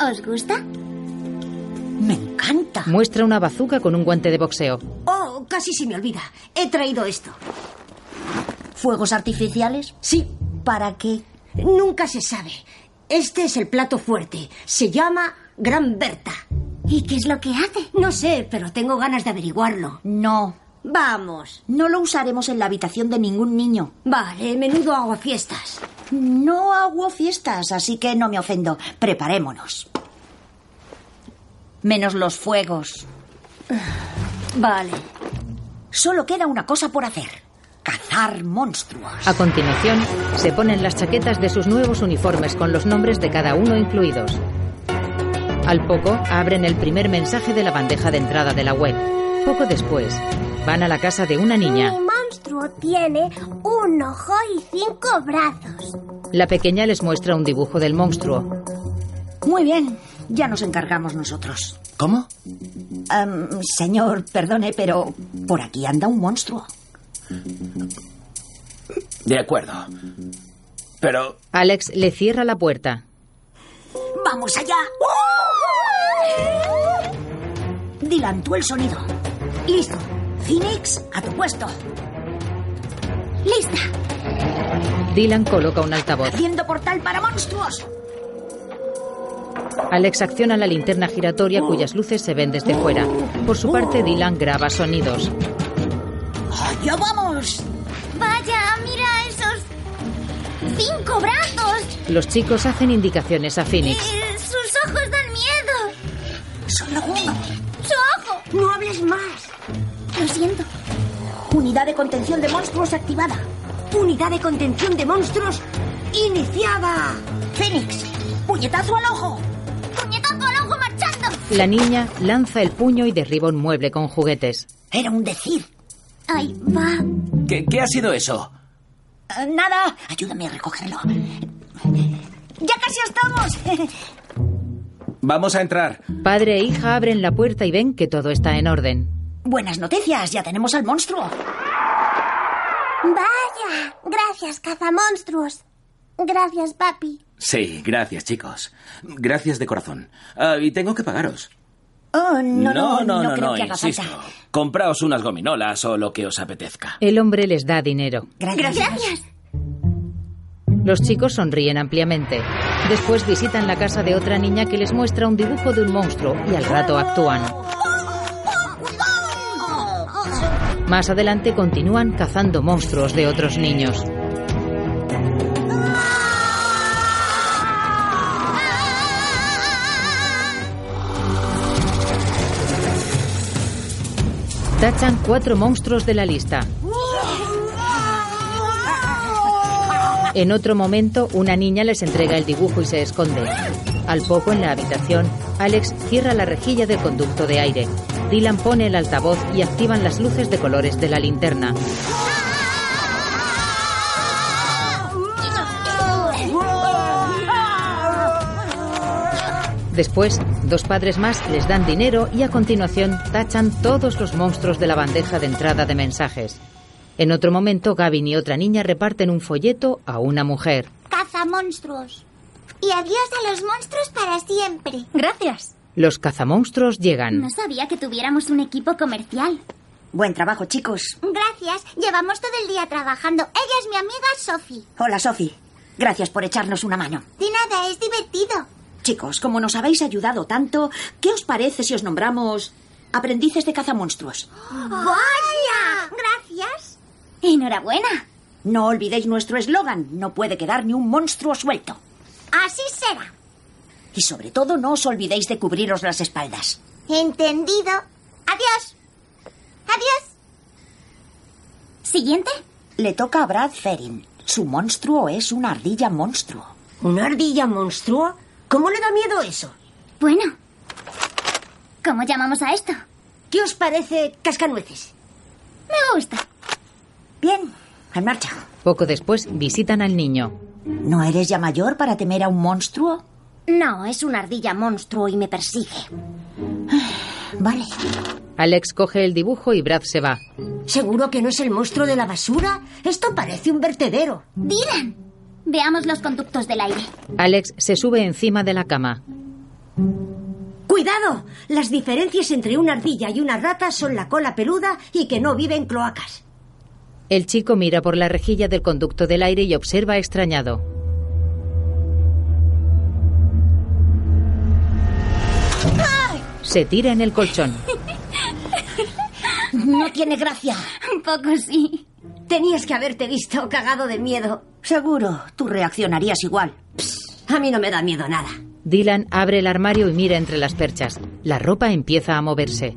¿Os gusta?
Me encanta.
Muestra una bazuca con un guante de boxeo.
Oh, casi se me olvida. He traído esto.
¿Fuegos artificiales?
Sí.
¿Para qué?
Nunca se sabe. Este es el plato fuerte. Se llama Gran Berta.
¿Y qué es lo que hace?
No sé, pero tengo ganas de averiguarlo.
No.
Vamos.
No lo usaremos en la habitación de ningún niño.
Vale, menudo hago fiestas.
No hago fiestas, así que no me ofendo. Preparémonos. Menos los fuegos.
Vale.
Solo queda una cosa por hacer. Cazar monstruos.
A continuación, se ponen las chaquetas de sus nuevos uniformes con los nombres de cada uno incluidos. Al poco, abren el primer mensaje de la bandeja de entrada de la web. Poco después, van a la casa de una niña.
Mi monstruo tiene un ojo y cinco brazos.
La pequeña les muestra un dibujo del monstruo.
Muy bien, ya nos encargamos nosotros.
¿Cómo?
Um, señor, perdone, pero por aquí anda un monstruo.
De acuerdo. Pero...
Alex le cierra la puerta.
¡Vamos allá! Dylan, tú el sonido. Listo. Phoenix, a tu puesto.
Lista.
Dylan coloca un altavoz.
Haciendo portal para monstruos.
Alex acciona la linterna giratoria cuyas luces se ven desde fuera. Por su parte, Dylan graba sonidos.
¡Allá vamos!
¡Vaya, mira esos cinco brazos!
Los chicos hacen indicaciones a Phoenix.
Eh, ¡Sus ojos dan miedo!
¡Solo uno!
¡Su ojo!
¡No hables más!
Lo siento.
Unidad de contención de monstruos activada.
Unidad de contención de monstruos iniciada.
Phoenix, puñetazo al ojo.
¡Puñetazo al ojo marchando!
La niña lanza el puño y derriba un mueble con juguetes.
Era un decir.
Ay, va.
¿Qué, qué ha sido eso?
Eh,
Ah, nada. Ayúdame a recogerlo. ¡Ya casi estamos!
Vamos a entrar.
Padre e hija abren la puerta y ven que todo está en orden.
Buenas noticias, ya tenemos al monstruo.
Vaya, gracias, cazamonstruos. Gracias, papi.
Sí, gracias, chicos. Gracias de corazón. Ah, y tengo que pagaros.
Oh, no,
no, no,
creo que haga
insisto.
falta.
Compraos unas gominolas o lo que os apetezca.
El hombre les da dinero.
Gracias.
Los chicos sonríen ampliamente. Después visitan la casa de otra niña que les muestra un dibujo de un monstruo y al rato actúan. Más adelante continúan cazando monstruos de otros niños. Tachan cuatro monstruos de la lista. En otro momento, una niña les entrega el dibujo y se esconde. Al poco, en la habitación, Alex cierra la rejilla del conducto de aire. Dylan pone el altavoz y activan las luces de colores de la linterna. Después, dos padres más les dan dinero y a continuación tachan todos los monstruos de la bandeja de entrada de mensajes. En otro momento, Gavin y otra niña reparten un folleto a una mujer.
Caza monstruos. Y adiós a los monstruos para siempre.
Gracias.
Los cazamonstruos llegan.
No sabía que tuviéramos un equipo comercial.
Buen trabajo, chicos.
Gracias, llevamos todo el día trabajando. Ella es mi amiga Sophie.
Hola, Sofi. Gracias por echarnos una mano.
De nada, es divertido.
Chicos, como nos habéis ayudado tanto, ¿qué os parece si os nombramos aprendices de cazamonstruos?
¡Vaya! Gracias.
Enhorabuena.
No olvidéis nuestro eslogan, no puede quedar ni un monstruo suelto.
Así será.
Y sobre todo, no os olvidéis de cubriros las espaldas.
Entendido. Adiós. Adiós.
¿Siguiente?
Le toca a Brad Ferin. Su monstruo es una ardilla monstruo.
¿Una ardilla monstruo? ¿Cómo le da miedo eso?
Bueno. ¿Cómo llamamos a esto?
¿Qué os parece cascanueces?
Me gusta.
Bien, en marcha.
Poco después visitan al niño.
¿No eres ya mayor para temer a un monstruo?
No, es una ardilla monstruo y me persigue.
Vale.
Alex coge el dibujo y Brad se va.
¿Seguro que no es el monstruo de la basura? Esto parece un vertedero.
Dylan. Veamos los conductos del aire.
Alex se sube encima de la cama.
¡Cuidado! Las diferencias entre una ardilla y una rata son la cola peluda y que no vive en cloacas.
El chico mira por la rejilla del conducto del aire y observa extrañado. Se tira en el colchón.
No tiene gracia.
Un poco sí.
Tenías que haberte visto cagado de miedo.
Seguro, tú reaccionarías igual.
A mí no me da miedo nada.
Dylan abre el armario y mira entre las perchas. La ropa empieza a moverse.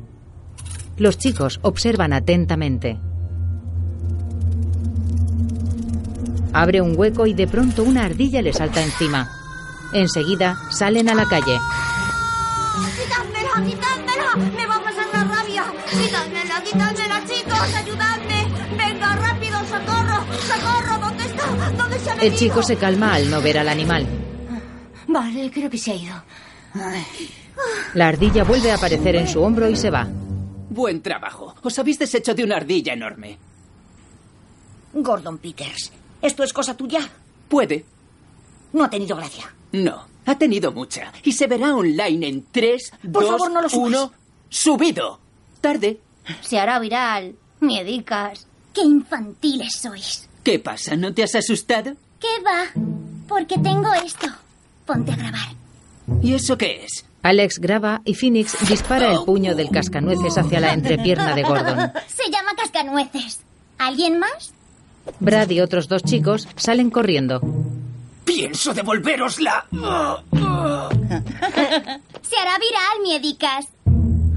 Los chicos observan atentamente. Abre un hueco y de pronto una ardilla le salta encima. Enseguida salen a la calle.
¡Quitádmela, quitádmela! ¡Me va a pasar la rabia! ¡Quitádmela, quitádmela, chicos! ¡Ayudadme! ¡Venga, rápido! ¡Socorro! ¡Socorro! ¿Dónde está? ¿Dónde se ha
El
metido?
chico se calma al no ver al animal.
Vale, creo que se ha ido.
La ardilla vuelve a aparecer en su hombro y se va.
Buen trabajo. Os habéis deshecho de una ardilla enorme.
Gordon Peters, ¿esto es cosa tuya?
Puede.
No ha tenido gracia.
No. Ha tenido mucha. Y se verá online en 3,
Por
2,
favor, no lo subas.
1. Subido. Tarde.
Se hará viral. Miedicas.
¡Qué infantiles sois!
¿Qué pasa? ¿No te has asustado?
¿Qué va? Porque tengo esto. Ponte a grabar.
¿Y eso qué es?
Alex graba y Phoenix dispara el puño del cascanueces hacia la entrepierna de Gordon.
*laughs* Se llama cascanueces. ¿Alguien más?
Brad y otros dos chicos salen corriendo.
Pienso devolverosla.
Se hará viral, miedicas.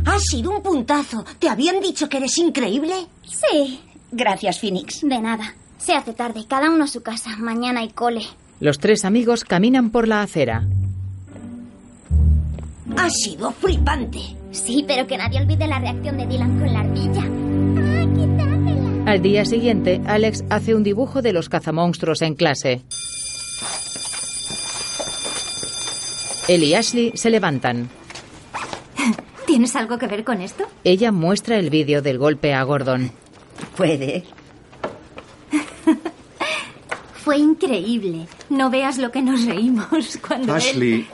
Ha sido un puntazo. ¿Te habían dicho que eres increíble?
Sí.
Gracias, Phoenix.
De nada. Se hace tarde. Cada uno a su casa. Mañana hay cole.
Los tres amigos caminan por la acera.
Ha sido flipante.
Sí, pero que nadie olvide la reacción de Dylan con la ardilla. ¡Ah, quítatela!
Al día siguiente, Alex hace un dibujo de los cazamonstruos en clase. Él y Ashley se levantan.
¿Tienes algo que ver con esto?
Ella muestra el vídeo del golpe a Gordon.
Puede.
Fue increíble. No veas lo que nos reímos *laughs* cuando... él-
Ashley,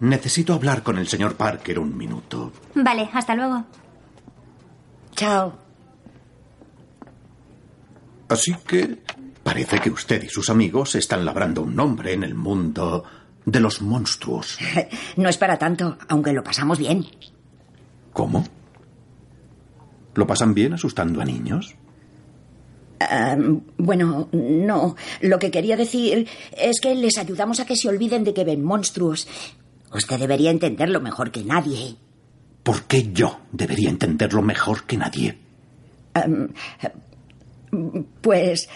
necesito hablar con el señor Parker un minuto.
Vale, hasta luego.
Chao.
Así que parece que usted y sus amigos están labrando un nombre en el mundo de los monstruos.
*laughs* No es para tanto, aunque lo pasamos bien.
¿Cómo? ¿Lo pasan bien asustando a niños?
Ah, bueno, no. Lo que quería decir es que les ayudamos a que se olviden de que ven monstruos. Usted debería entenderlo mejor que nadie.
¿Por qué yo debería entenderlo mejor que nadie?
Am, pues,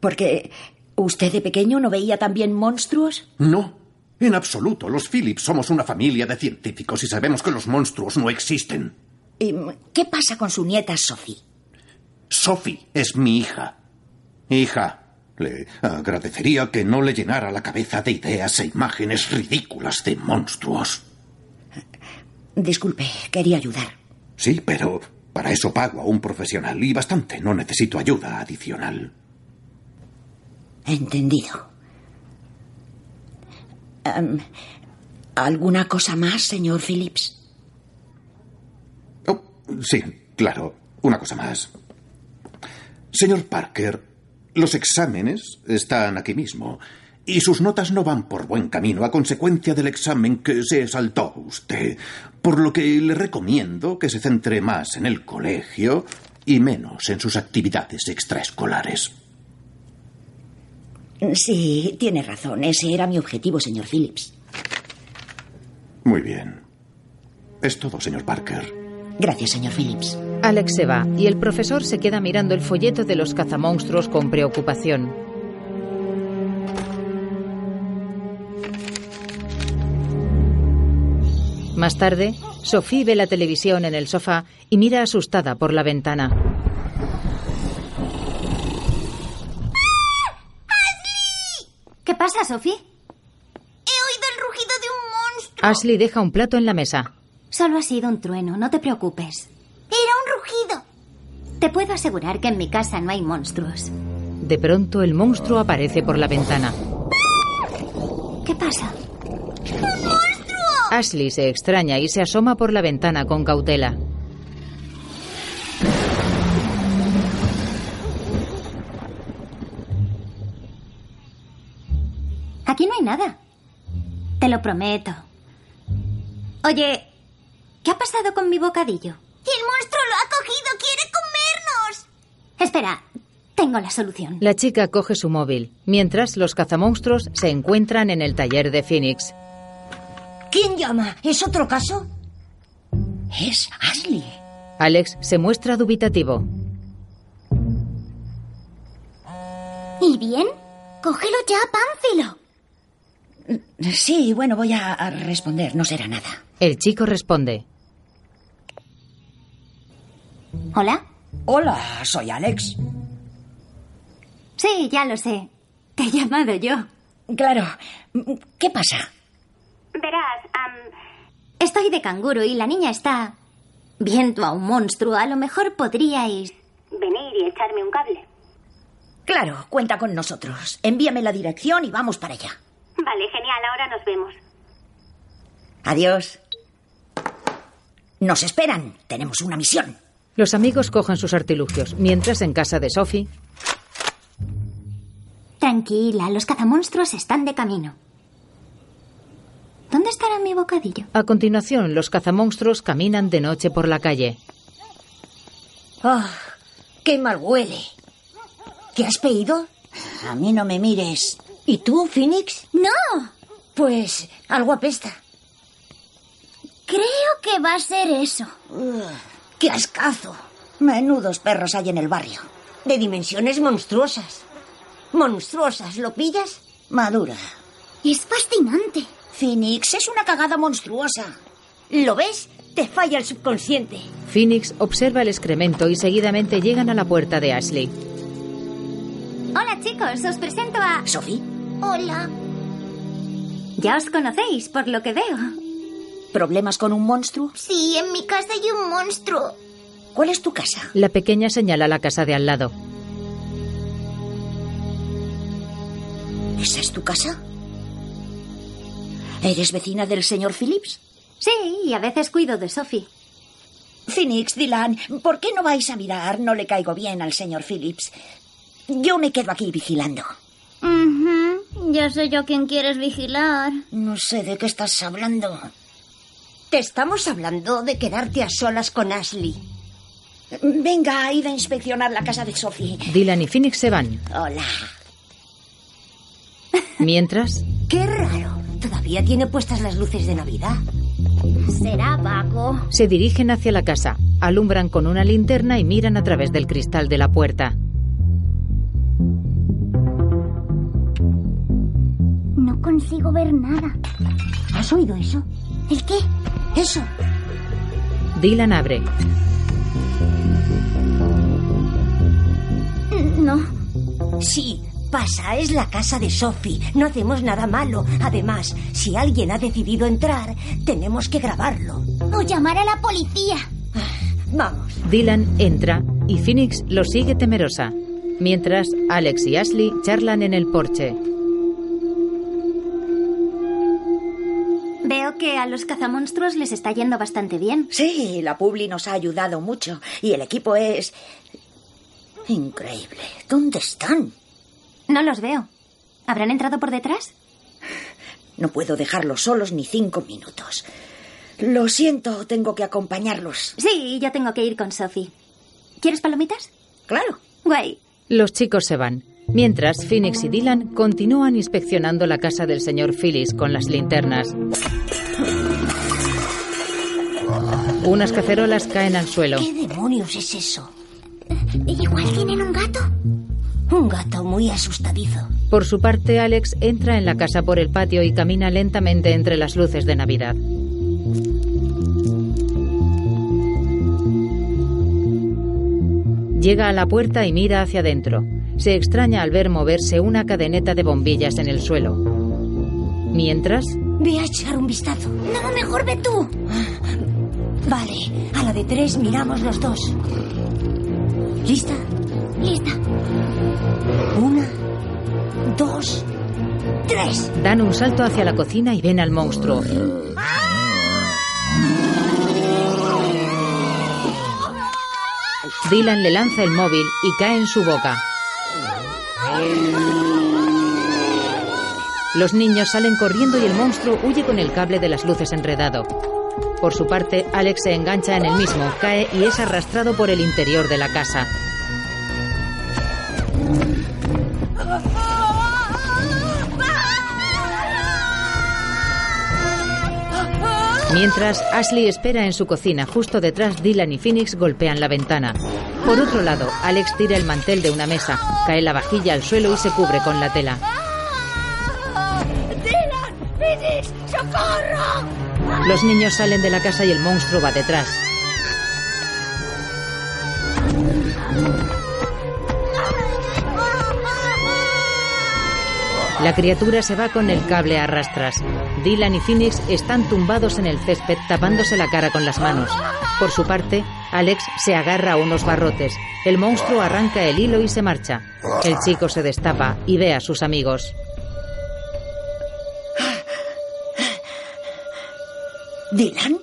porque usted de pequeño no veía también monstruos.
No, en absoluto. Los Phillips somos una familia de científicos y sabemos que los monstruos no existen.
¿Y qué pasa con su nieta Sophie?
Sophie es mi hija. Hija, le agradecería que no le llenara la cabeza de ideas e imágenes ridículas de monstruos.
Disculpe, quería ayudar.
Sí, pero para eso pago a un profesional y bastante. No necesito ayuda adicional.
Entendido. Am, ¿Alguna cosa más, señor Phillips?
Oh, Sí, claro. Una cosa más. Señor Parker, los exámenes están aquí mismo y sus notas no van por buen camino a consecuencia del examen que se saltó usted, por lo que le recomiendo que se centre más en el colegio y menos en sus actividades extraescolares.
Sí, tiene razón. Ese era mi objetivo, señor Phillips.
Muy bien. Es todo, señor Parker.
Gracias, señor Phillips.
Alex se va y el profesor se queda mirando el folleto de los cazamonstruos con preocupación. Más tarde, Sophie ve la televisión en el sofá y mira asustada por la ventana.
¿Qué pasa, Sophie?
Ashley deja un plato en la mesa.
Solo ha sido un trueno, no te preocupes. Era un rugido. Te puedo asegurar que en mi casa no hay monstruos.
De pronto, el monstruo aparece por la ventana.
¿Qué pasa?
Ashley se extraña y se asoma por la ventana con cautela.
Aquí no hay nada. Te lo prometo. Oye, ¿qué ha pasado con mi bocadillo?
El monstruo lo ha cogido, quiere comernos.
Espera, tengo la solución.
La chica coge su móvil, mientras los cazamonstruos se encuentran en el taller de Phoenix.
¿Quién llama? ¿Es otro caso?
Es Ashley.
Alex se muestra dubitativo.
¿Y bien? Cógelo ya, Pánfilo.
Sí, bueno, voy a a responder. No será nada.
El chico responde.
¿Hola?
Hola, soy Alex.
Sí, ya lo sé. Te he llamado yo.
Claro. ¿Qué pasa?
Verás, am,
Estoy de canguro y la niña está viendo a un monstruo. A lo mejor podríais
venir y echarme un cable.
Claro, cuenta con nosotros. Envíame la dirección y vamos para allá.
Vale, genial, ahora nos vemos.
Adiós. Nos esperan. Tenemos una misión.
Los amigos cogen sus artilugios, mientras en casa de Sophie,
Tranquila, los cazamonstruos están de camino. ¿Dónde estará mi bocadillo?
a continuación los cazamonstruos caminan de noche por la calle.
Ah, ¡Qué mal huele! ¿Qué has pedido? A mí no me mires. ¿Y tú, Phoenix?
¡No!
Pues algo apesta.
Creo que va a ser eso.
¡Qué ascazo! Menudos perros hay en el barrio.
De dimensiones monstruosas. Monstruosas, ¿lo pillas?
Madura.
Es fascinante.
Phoenix es una cagada monstruosa. ¿Lo ves? Te falla el subconsciente.
Phoenix observa el excremento y seguidamente llegan a la puerta de Ashley.
Hola chicos, os presento a...
Sophie.
Hola. Ya os conocéis, por lo que veo.
¿Problemas con un monstruo?
Sí, en mi casa hay un monstruo.
¿Cuál es tu casa?
La pequeña señala la casa de al lado.
¿Esa es tu casa? ¿Eres vecina del señor Phillips?
Sí, y a veces cuido de Sophie.
Phoenix, Dylan, ¿por qué no vais a mirar? No le caigo bien al señor Phillips. Yo me quedo aquí vigilando.
Ujú, Ya soy yo quien quieres vigilar.
No sé de qué estás hablando.
Te estamos hablando de quedarte a solas con Ashley.
Venga, id a inspeccionar la casa de Sophie.
Dylan y Phoenix se van.
Hola.
Mientras,
Qué raro. ¿Todavía tiene puestas las luces de Navidad?
Será vago.
se dirigen hacia la casa, alumbran con una linterna y miran a través del cristal de la puerta.
No consigo ver nada.
¿Has oído eso?
¿El qué?
Eso.
Dylan abre.
Mm, No.
Sí, pasa, es la casa de Sophie. No hacemos nada malo. Además, si alguien ha decidido entrar, tenemos que grabarlo.
O llamar a la policía.
Vamos.
Dylan entra y Phoenix lo sigue temerosa. Mientras, Alex y Ashley charlan en el porche.
Veo que a los cazamonstruos les está yendo bastante bien.
Sí, la Publi nos ha ayudado mucho y el equipo es... Increíble. ¿Dónde están?
No los veo. ¿Habrán entrado por detrás?
No puedo dejarlos solos ni cinco minutos. Lo siento, tengo que acompañarlos.
Sí, yo tengo que ir con Sophie. ¿Quieres palomitas?
Claro.
Guay.
Los chicos se van. Mientras, Phoenix y Dylan continúan inspeccionando la casa del señor Phyllis con las linternas. Unas cacerolas caen al suelo.
¿Qué demonios es eso?
Igual tienen un gato.
Un gato muy asustadizo.
Por su parte, Alex entra en la casa por el patio y camina lentamente entre las luces de Navidad. Llega a la puerta y mira hacia adentro. Se extraña al ver moverse una cadeneta de bombillas en el suelo. Mientras,
Ve a echar un vistazo.
No, mejor ve tú.
Vale, a la de tres miramos los dos. ¿Lista?
Lista.
Una, dos, tres.
dan un salto hacia la cocina y ven al monstruo. Dylan le lanza el móvil y cae en su boca. Los niños salen corriendo y el monstruo huye con el cable de las luces enredado. Por su parte, Alex se engancha en el mismo, cae y es arrastrado por el interior de la casa.
¡Ah!
Mientras, Ashley espera en su cocina. Justo detrás, Dylan y Phoenix golpean la ventana. Por otro lado, Alex tira el mantel de una mesa, cae la vajilla al suelo y se cubre con la tela.
¡Ah!
¡Dylan! ¡Phoenix! ¡Socorro!
Los niños salen de la casa y el monstruo va detrás. La criatura se va con el cable a rastras. Dylan y Phoenix están tumbados en el césped tapándose la cara con las manos. Por su parte, Alex se agarra a unos barrotes. El monstruo arranca el hilo y se marcha. El chico se destapa y ve a sus amigos.
¿Dylan?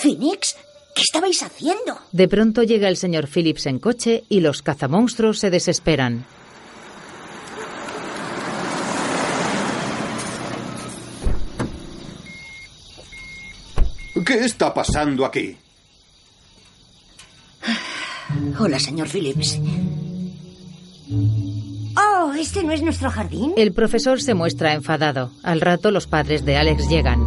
¿Phoenix? ¿Qué estabais haciendo?
De pronto llega el señor Phillips en coche y los cazamonstruos se desesperan.
¿Qué está pasando aquí?
Hola, señor Phillips.
Oh, este no es nuestro jardín.
El profesor se muestra enfadado. Al rato los padres de Alex llegan.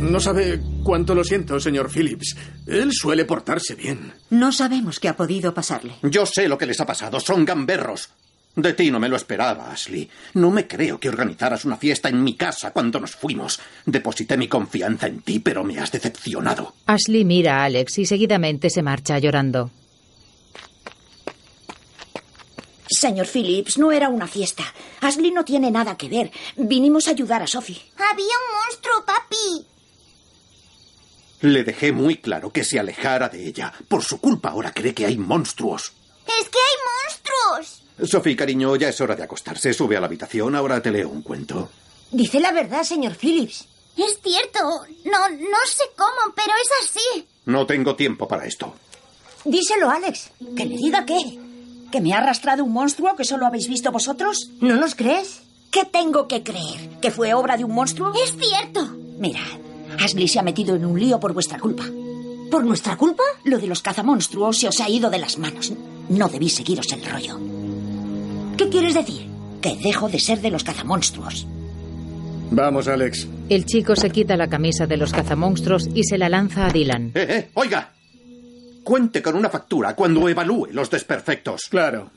No sabe cuánto lo siento, señor Phillips. Él suele portarse bien.
No sabemos qué ha podido pasarle.
Yo sé lo que les ha pasado. Son gamberros. De ti no me lo esperaba, Ashley. No me creo que organizaras una fiesta en mi casa cuando nos fuimos. Deposité mi confianza en ti, pero me has decepcionado.
Ashley mira a Alex y seguidamente se marcha llorando.
Señor Phillips, no era una fiesta. Ashley no tiene nada que ver. Vinimos a ayudar a Sophie.
Había un monstruo, papi.
Le dejé muy claro que se alejara de ella. Por su culpa ahora cree que hay monstruos.
Es que hay monstruos.
Sophie, cariño, ya es hora de acostarse. Sube a la habitación, ahora te leo un cuento.
Dice la verdad, señor Phillips.
Es cierto. No, no sé cómo, pero es así.
No tengo tiempo para esto.
Díselo, Alex. ¿Que le diga qué? ¿Que me ha arrastrado un monstruo que solo habéis visto vosotros?
¿No nos crees?
¿Qué tengo que creer? ¿Que fue obra de un monstruo?
Es cierto.
Mira, Ashley se ha metido en un lío por vuestra culpa.
¿Por nuestra culpa?
Lo de los cazamonstruos se os ha ido de las manos. No debéis seguiros el rollo.
¿Qué quieres decir?
Que dejo de ser de los cazamonstruos.
Vamos, Alex.
El chico se quita la camisa de los cazamonstruos y se la lanza a Dylan.
¡Eh, eh! ¡Oiga! Cuente con una factura cuando evalúe los desperfectos.
Claro.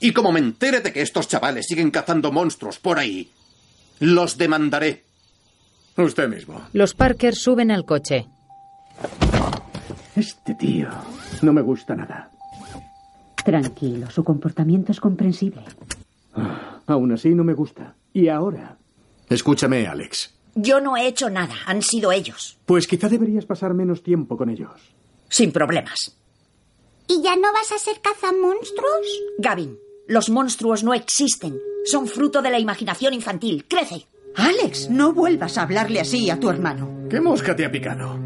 Y como me entere de que estos chavales siguen cazando monstruos por ahí, los demandaré.
Usted mismo.
Los Parker suben al coche.
Este tío no me gusta nada.
Tranquilo, su comportamiento es comprensible.
Ah, aún así no me gusta. ¿Y ahora? Escúchame, Alex.
Yo no he hecho nada, han sido ellos.
Pues quizá deberías pasar menos tiempo con ellos.
Sin problemas.
¿Y ya no vas a ser cazamonstruos?
Gavin, los monstruos no existen. Son fruto de la imaginación infantil. Crece.
Alex, no vuelvas a hablarle así a tu hermano.
¿Qué mosca te ha picado?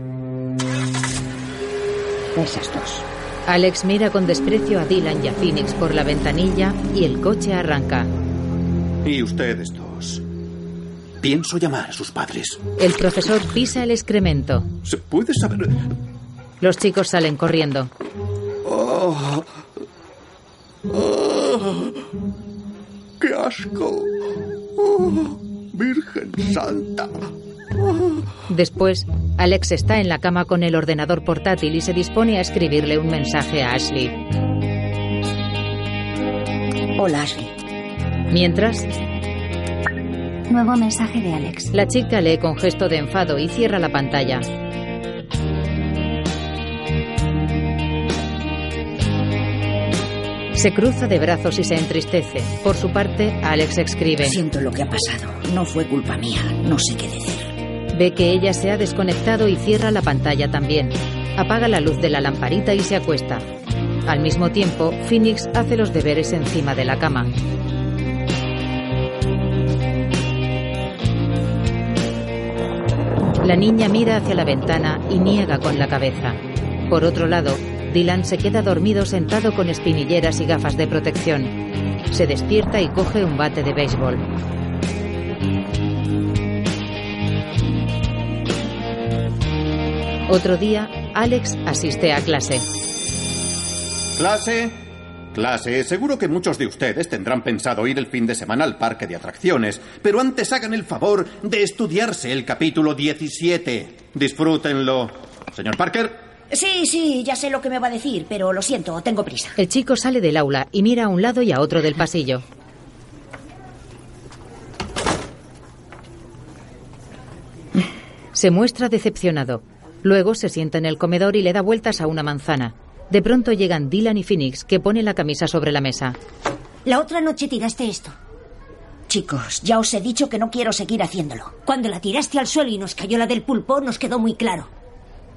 Esas dos.
Alex mira con desprecio a Dylan y a Phoenix por la ventanilla y el coche arranca.
¿Y ustedes dos? Pienso llamar a sus padres.
El profesor pisa el excremento.
¿Se puede saber?
Los chicos salen corriendo.
Oh. Oh. ¡Qué asco! Oh. Virgen Santa.
Después, Alex está en la cama con el ordenador portátil y se dispone a escribirle un mensaje a Ashley.
Hola, Ashley.
Mientras...
Nuevo mensaje de Alex.
La chica lee con gesto de enfado y cierra la pantalla. Se cruza de brazos y se entristece. Por su parte, Alex escribe.
Siento lo que ha pasado. No fue culpa mía. No sé qué decir.
Ve que ella se ha desconectado y cierra la pantalla también. Apaga la luz de la lamparita y se acuesta. Al mismo tiempo, Phoenix hace los deberes encima de la cama. La niña mira hacia la ventana y niega con la cabeza. Por otro lado, Dylan se queda dormido sentado con espinilleras y gafas de protección. Se despierta y coge un bate de béisbol. Otro día, Alex asiste a clase.
Clase, clase, seguro que muchos de ustedes tendrán pensado ir el fin de semana al parque de atracciones, pero antes hagan el favor de estudiarse el capítulo 17. Disfrútenlo. Señor Parker,
Sí, sí, ya sé lo que me va a decir, pero lo siento, tengo prisa.
El chico sale del aula y mira a un lado y a otro del pasillo. Se muestra decepcionado. Luego se sienta en el comedor y le da vueltas a una manzana. De pronto llegan Dylan y Phoenix, que pone la camisa sobre la mesa.
La otra noche tiraste esto.
Chicos, ya os he dicho que no quiero seguir haciéndolo.
Cuando la tiraste al suelo y nos cayó la del pulpo, nos quedó muy claro.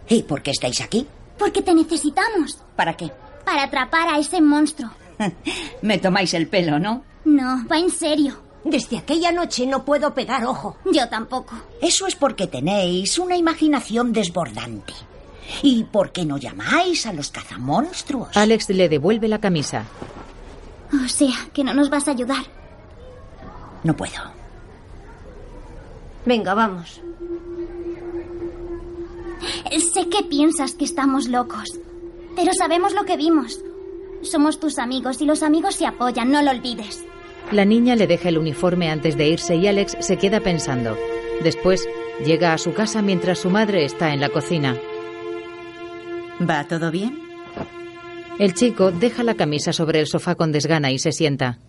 ¿Y por qué estáis aquí?
Porque te necesitamos.
¿Para qué?
Para atrapar a ese monstruo.
Me tomáis el pelo, ¿no?
No, va en serio.
Desde aquella noche no puedo pegar ojo.
Yo tampoco.
Eso es porque tenéis una imaginación desbordante. ¿Y por qué no llamáis a los cazamonstruos?
Alex le devuelve la camisa.
O sea, que no nos vas a ayudar.
No puedo.
Venga, vamos.
Sé que piensas que estamos locos, pero sabemos lo que vimos. Somos tus amigos y los amigos se apoyan, no lo olvides.
La niña le deja el uniforme antes de irse y Alex se queda pensando. Después llega a su casa mientras su madre está en la cocina.
¿Va todo bien?
El chico deja la camisa sobre el sofá con desgana y se sienta.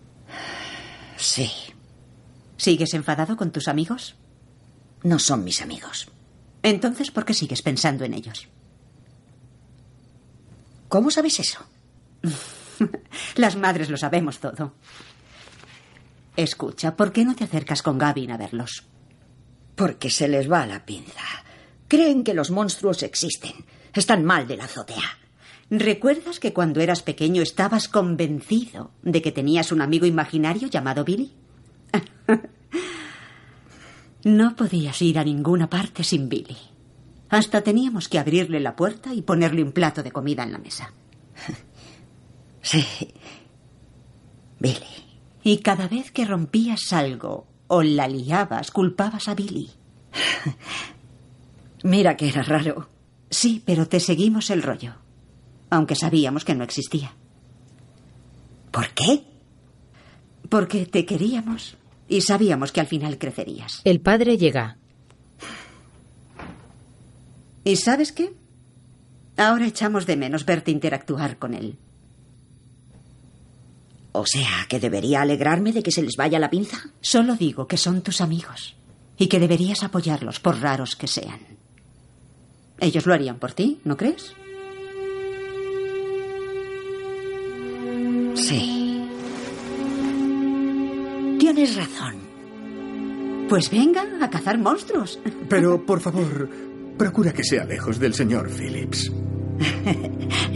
Sí.
¿Sigues enfadado con tus amigos?
No son mis amigos.
Entonces, ¿por qué sigues pensando en ellos?
¿Cómo sabes eso?
*laughs* Las madres lo sabemos todo. Escucha, ¿por qué no te acercas con Gavin a verlos?
Porque se les va la pinza. Creen que los monstruos existen. Están mal de la azotea.
¿Recuerdas que cuando eras pequeño estabas convencido de que tenías un amigo imaginario llamado Billy? no podías ir a ninguna parte sin Billy. Hasta teníamos que abrirle la puerta y ponerle un plato de comida en la mesa.
*laughs* Sí. Billy.
Y cada vez que rompías algo o la liabas, culpabas a Billy.
*laughs* Mira que era raro.
Sí, pero te seguimos el rollo. Aunque sabíamos que no existía.
¿Por qué?
Porque te queríamos y sabíamos que al final crecerías.
El padre llega.
¿Y sabes qué? Ahora echamos de menos verte interactuar con él.
O sea, que debería alegrarme de que se les vaya la pinza.
Solo digo que son tus amigos y que deberías apoyarlos, por raros que sean. Ellos lo harían por ti, ¿no crees?
Sí. Tienes razón.
Pues venga a cazar monstruos.
Pero, por favor, procura que sea lejos del señor Phillips.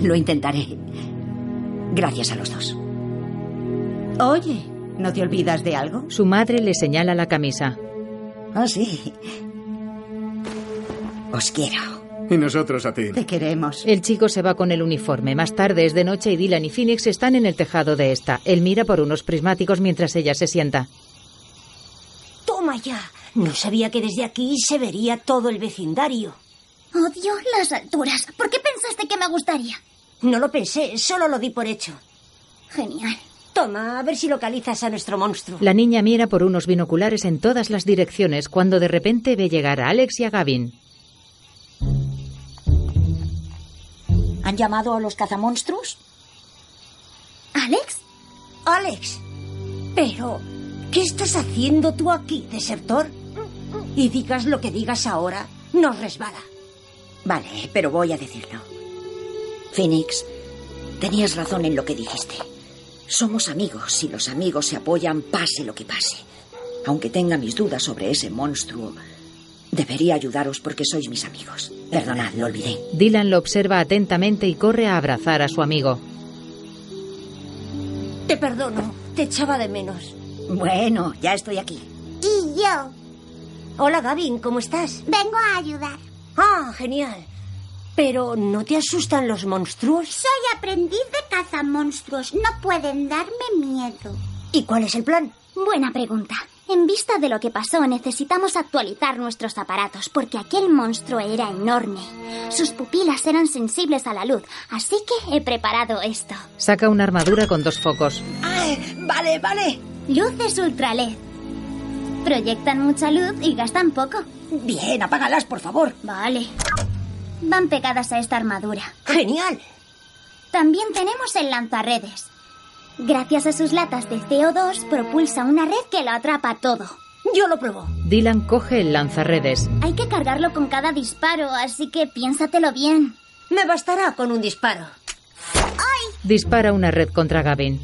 lo intentaré. Gracias a los dos.
Oye, ¿no te olvidas de algo?
Su madre le señala la camisa.
Ah, oh, sí. Os quiero.
Y nosotros a ti.
Te queremos.
El chico se va con el uniforme. Más tarde es de noche y Dylan y Phoenix están en el tejado de esta. Él mira por unos prismáticos mientras ella se sienta.
Toma ya. No sabía que desde aquí se vería todo el vecindario.
Odio las alturas. ¿Por qué pensaste que me gustaría?
No lo pensé, solo lo di por hecho.
Genial.
Toma, a ver si localizas a nuestro monstruo.
La niña mira por unos binoculares en todas las direcciones cuando de repente ve llegar a Alex y a Gavin.
¿Han llamado a los cazamonstruos?
¿Alex?
Alex. Pero, ¿qué estás haciendo tú aquí, desertor? Y digas lo que digas ahora, nos resbala.
Vale, pero voy a decirlo. Phoenix, tenías razón en lo que dijiste. Somos amigos y los amigos se apoyan pase lo que pase. Aunque tenga mis dudas sobre ese monstruo, debería ayudaros porque sois mis amigos. Perdonad, lo olvidé.
Dylan lo observa atentamente y corre a abrazar a su amigo.
Te perdono, te echaba de menos.
Bueno, ya estoy aquí.
Y yo.
Hola Gavin, ¿cómo estás?
Vengo a ayudar.
Ah, genial. Pero ¿no te asustan los monstruos?
Soy aprendiz de cazamonstruos. No pueden darme miedo.
¿Y cuál es el plan?
Buena pregunta. En vista de lo que pasó, necesitamos actualizar nuestros aparatos porque aquel monstruo era enorme. Sus pupilas eran sensibles a la luz, así que he preparado esto.
Saca una armadura con dos focos.
Ay, Ah, eh, vale, vale.
Luces ultraled. Proyectan mucha luz y gastan poco.
Bien, apágalas, por favor.
Vale van pegadas a esta armadura.
¡Genial!
También tenemos el lanzarredes. Gracias a sus latas de CO2 propulsa una red que lo atrapa todo.
Yo lo pruebo.
Dylan coge el lanzarredes.
Hay que cargarlo con cada disparo, así que piénsatelo bien.
Me bastará con un disparo.
¡Ay!
Dispara una red contra Gavin.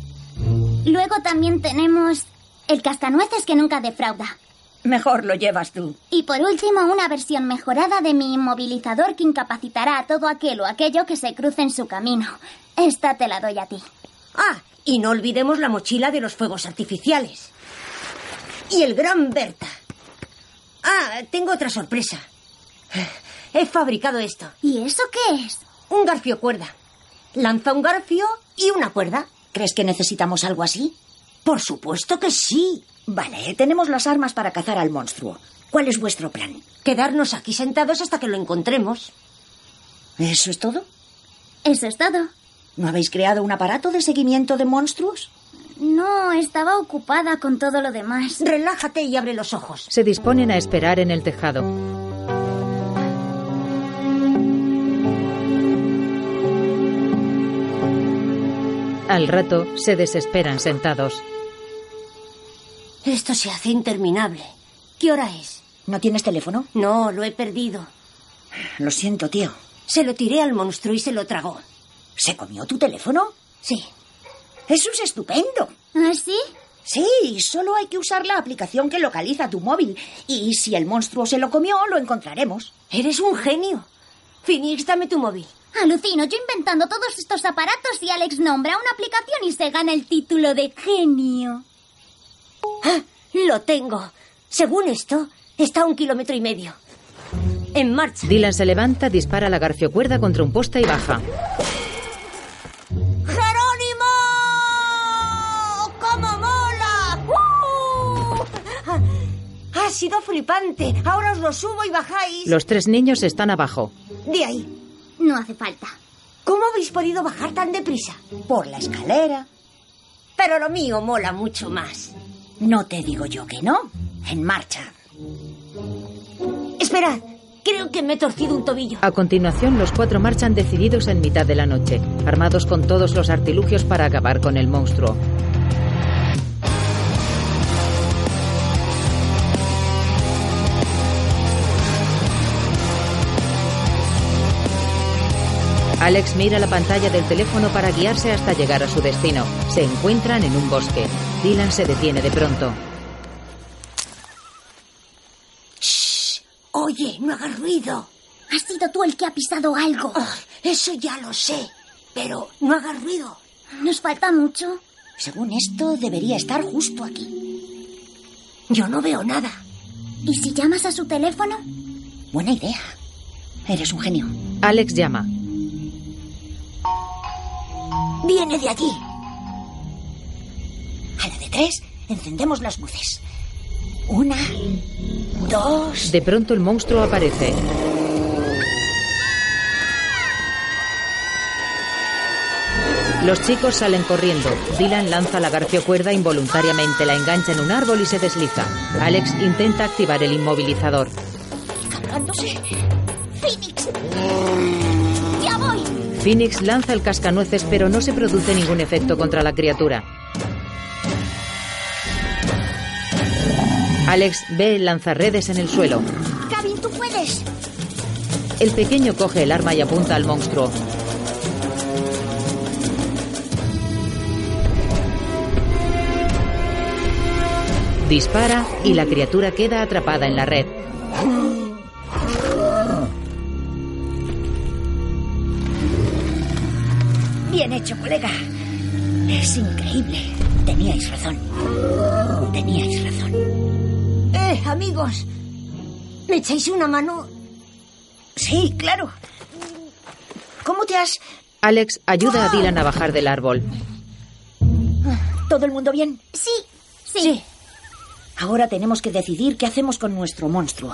Luego también tenemos el castanueces que nunca defrauda.
Mejor lo llevas tú.
Y por último, una versión mejorada de mi inmovilizador que incapacitará a todo aquel o aquello que se cruce en su camino. Esta te la doy a ti.
Ah, y no olvidemos la mochila de los fuegos artificiales. Y el gran Berta. Ah, tengo otra sorpresa. He fabricado esto.
¿Y eso qué es?
Un garfio cuerda. Lanza un garfio y una cuerda.
¿Crees que necesitamos algo así?
Por supuesto que sí.
Vale, tenemos las armas para cazar al monstruo. ¿Cuál es vuestro plan?
Quedarnos aquí sentados hasta que lo encontremos.
¿Eso es todo?
Eso es todo.
¿No habéis creado un aparato de seguimiento de monstruos?
No, estaba ocupada con todo lo demás.
Relájate y abre los ojos.
Se disponen a esperar en el tejado. Al rato se desesperan sentados.
Esto se hace interminable. ¿Qué hora es?
¿No tienes teléfono?
No, lo he perdido.
Lo siento, tío.
Se lo tiré al monstruo y se lo tragó.
¿Se comió tu teléfono?
Sí.
Eso es estupendo.
¿Ah, sí?
Sí, solo hay que usar la aplicación que localiza tu móvil. Y si el monstruo se lo comió, lo encontraremos.
Eres un genio. Phoenix, dame tu móvil.
Alucino, yo inventando todos estos aparatos y Alex nombra una aplicación y se gana el título de genio.
¡Ah! Lo tengo. Según esto, está a un kilómetro y medio. En marcha.
Dylan se levanta, dispara la garfiocuerda contra un poste y baja.
¡Jerónimo! ¡Cómo mola! ¡Uh!
Ha sido flipante. Ahora os lo subo y bajáis.
Los tres niños están abajo.
De ahí.
No hace falta.
¿Cómo habéis podido bajar tan deprisa?
Por la escalera.
Pero lo mío mola mucho más.
No te digo yo que no. En marcha.
Esperad. Creo que me he torcido un tobillo.
A continuación, los cuatro marchan decididos en mitad de la noche, armados con todos los artilugios para acabar con el monstruo. Alex mira la pantalla del teléfono para guiarse hasta llegar a su destino. Se encuentran en un bosque. Dylan se detiene de pronto.
¡Shh! Oye, no hagas ruido.
Has sido tú el que ha pisado algo.
Oh, eso ya lo sé. Pero no hagas ruido.
Nos falta mucho.
Según esto, debería estar justo aquí.
Yo no veo nada.
¿Y si llamas a su teléfono?
Buena idea. Eres un genio.
Alex llama.
Viene de allí. A la de tres, encendemos las luces. Una, dos.
De pronto el monstruo aparece. Los chicos salen corriendo. Dylan lanza la garfiocuerda involuntariamente, la engancha en un árbol y se desliza. Alex intenta activar el inmovilizador.
Cargándose. ¡Phoenix! ¡Ya voy!
Phoenix lanza el cascanueces, pero no se produce ningún efecto contra la criatura. Alex ve el lanzarredes en el suelo.
Gavin, tú puedes.
El pequeño coge el arma y apunta al monstruo. Dispara y la criatura queda atrapada en la red.
Bien hecho, colega. Es increíble. Teníais razón. Teníais razón.
Eh, amigos. ¿Me echáis una mano?
Sí, claro.
¿Cómo te has...?
Alex ayuda a Dylan a bajar del árbol.
¿Todo el mundo bien?
Sí, sí. sí.
Ahora tenemos que decidir qué hacemos con nuestro monstruo.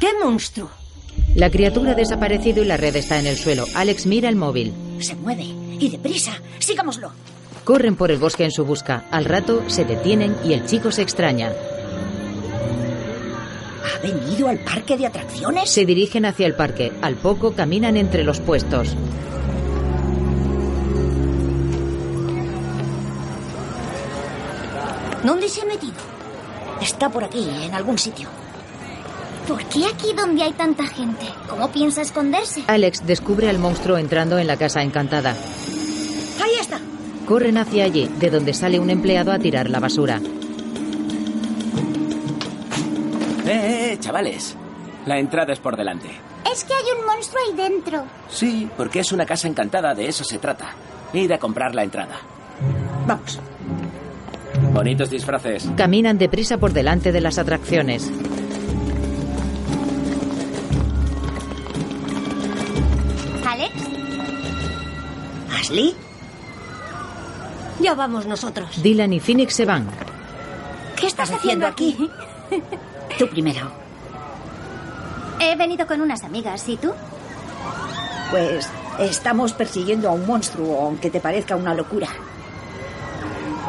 ¿Qué monstruo?
La criatura ha desaparecido y la red está en el suelo. Alex mira el móvil.
Se mueve. Y deprisa. Sigámoslo.
Corren por el bosque en su busca. Al rato se detienen y el chico se extraña.
¿Ha venido al parque de atracciones?
Se dirigen hacia el parque. Al poco caminan entre los puestos.
¿Dónde se ha metido?
Está por aquí, en algún sitio.
¿Por qué aquí donde hay tanta gente? ¿Cómo piensa esconderse?
Alex descubre al monstruo entrando en la casa encantada.
¡Ahí está!
Corren hacia allí, de donde sale un empleado a tirar la basura.
¡Eh, eh, chavales! La entrada es por delante.
Es que hay un monstruo ahí dentro.
Sí, porque es una casa encantada, de eso se trata. Id a comprar la entrada.
Vamos.
Bonitos disfraces.
Caminan deprisa por delante de las atracciones.
Alex.
¿Ashley?
Ya vamos nosotros.
Dylan y Phoenix se van.
¿Qué estás, haciendo aquí?
Tú primero.
He venido con unas amigas, ¿y tú?
Pues estamos persiguiendo a un monstruo, aunque te parezca una locura.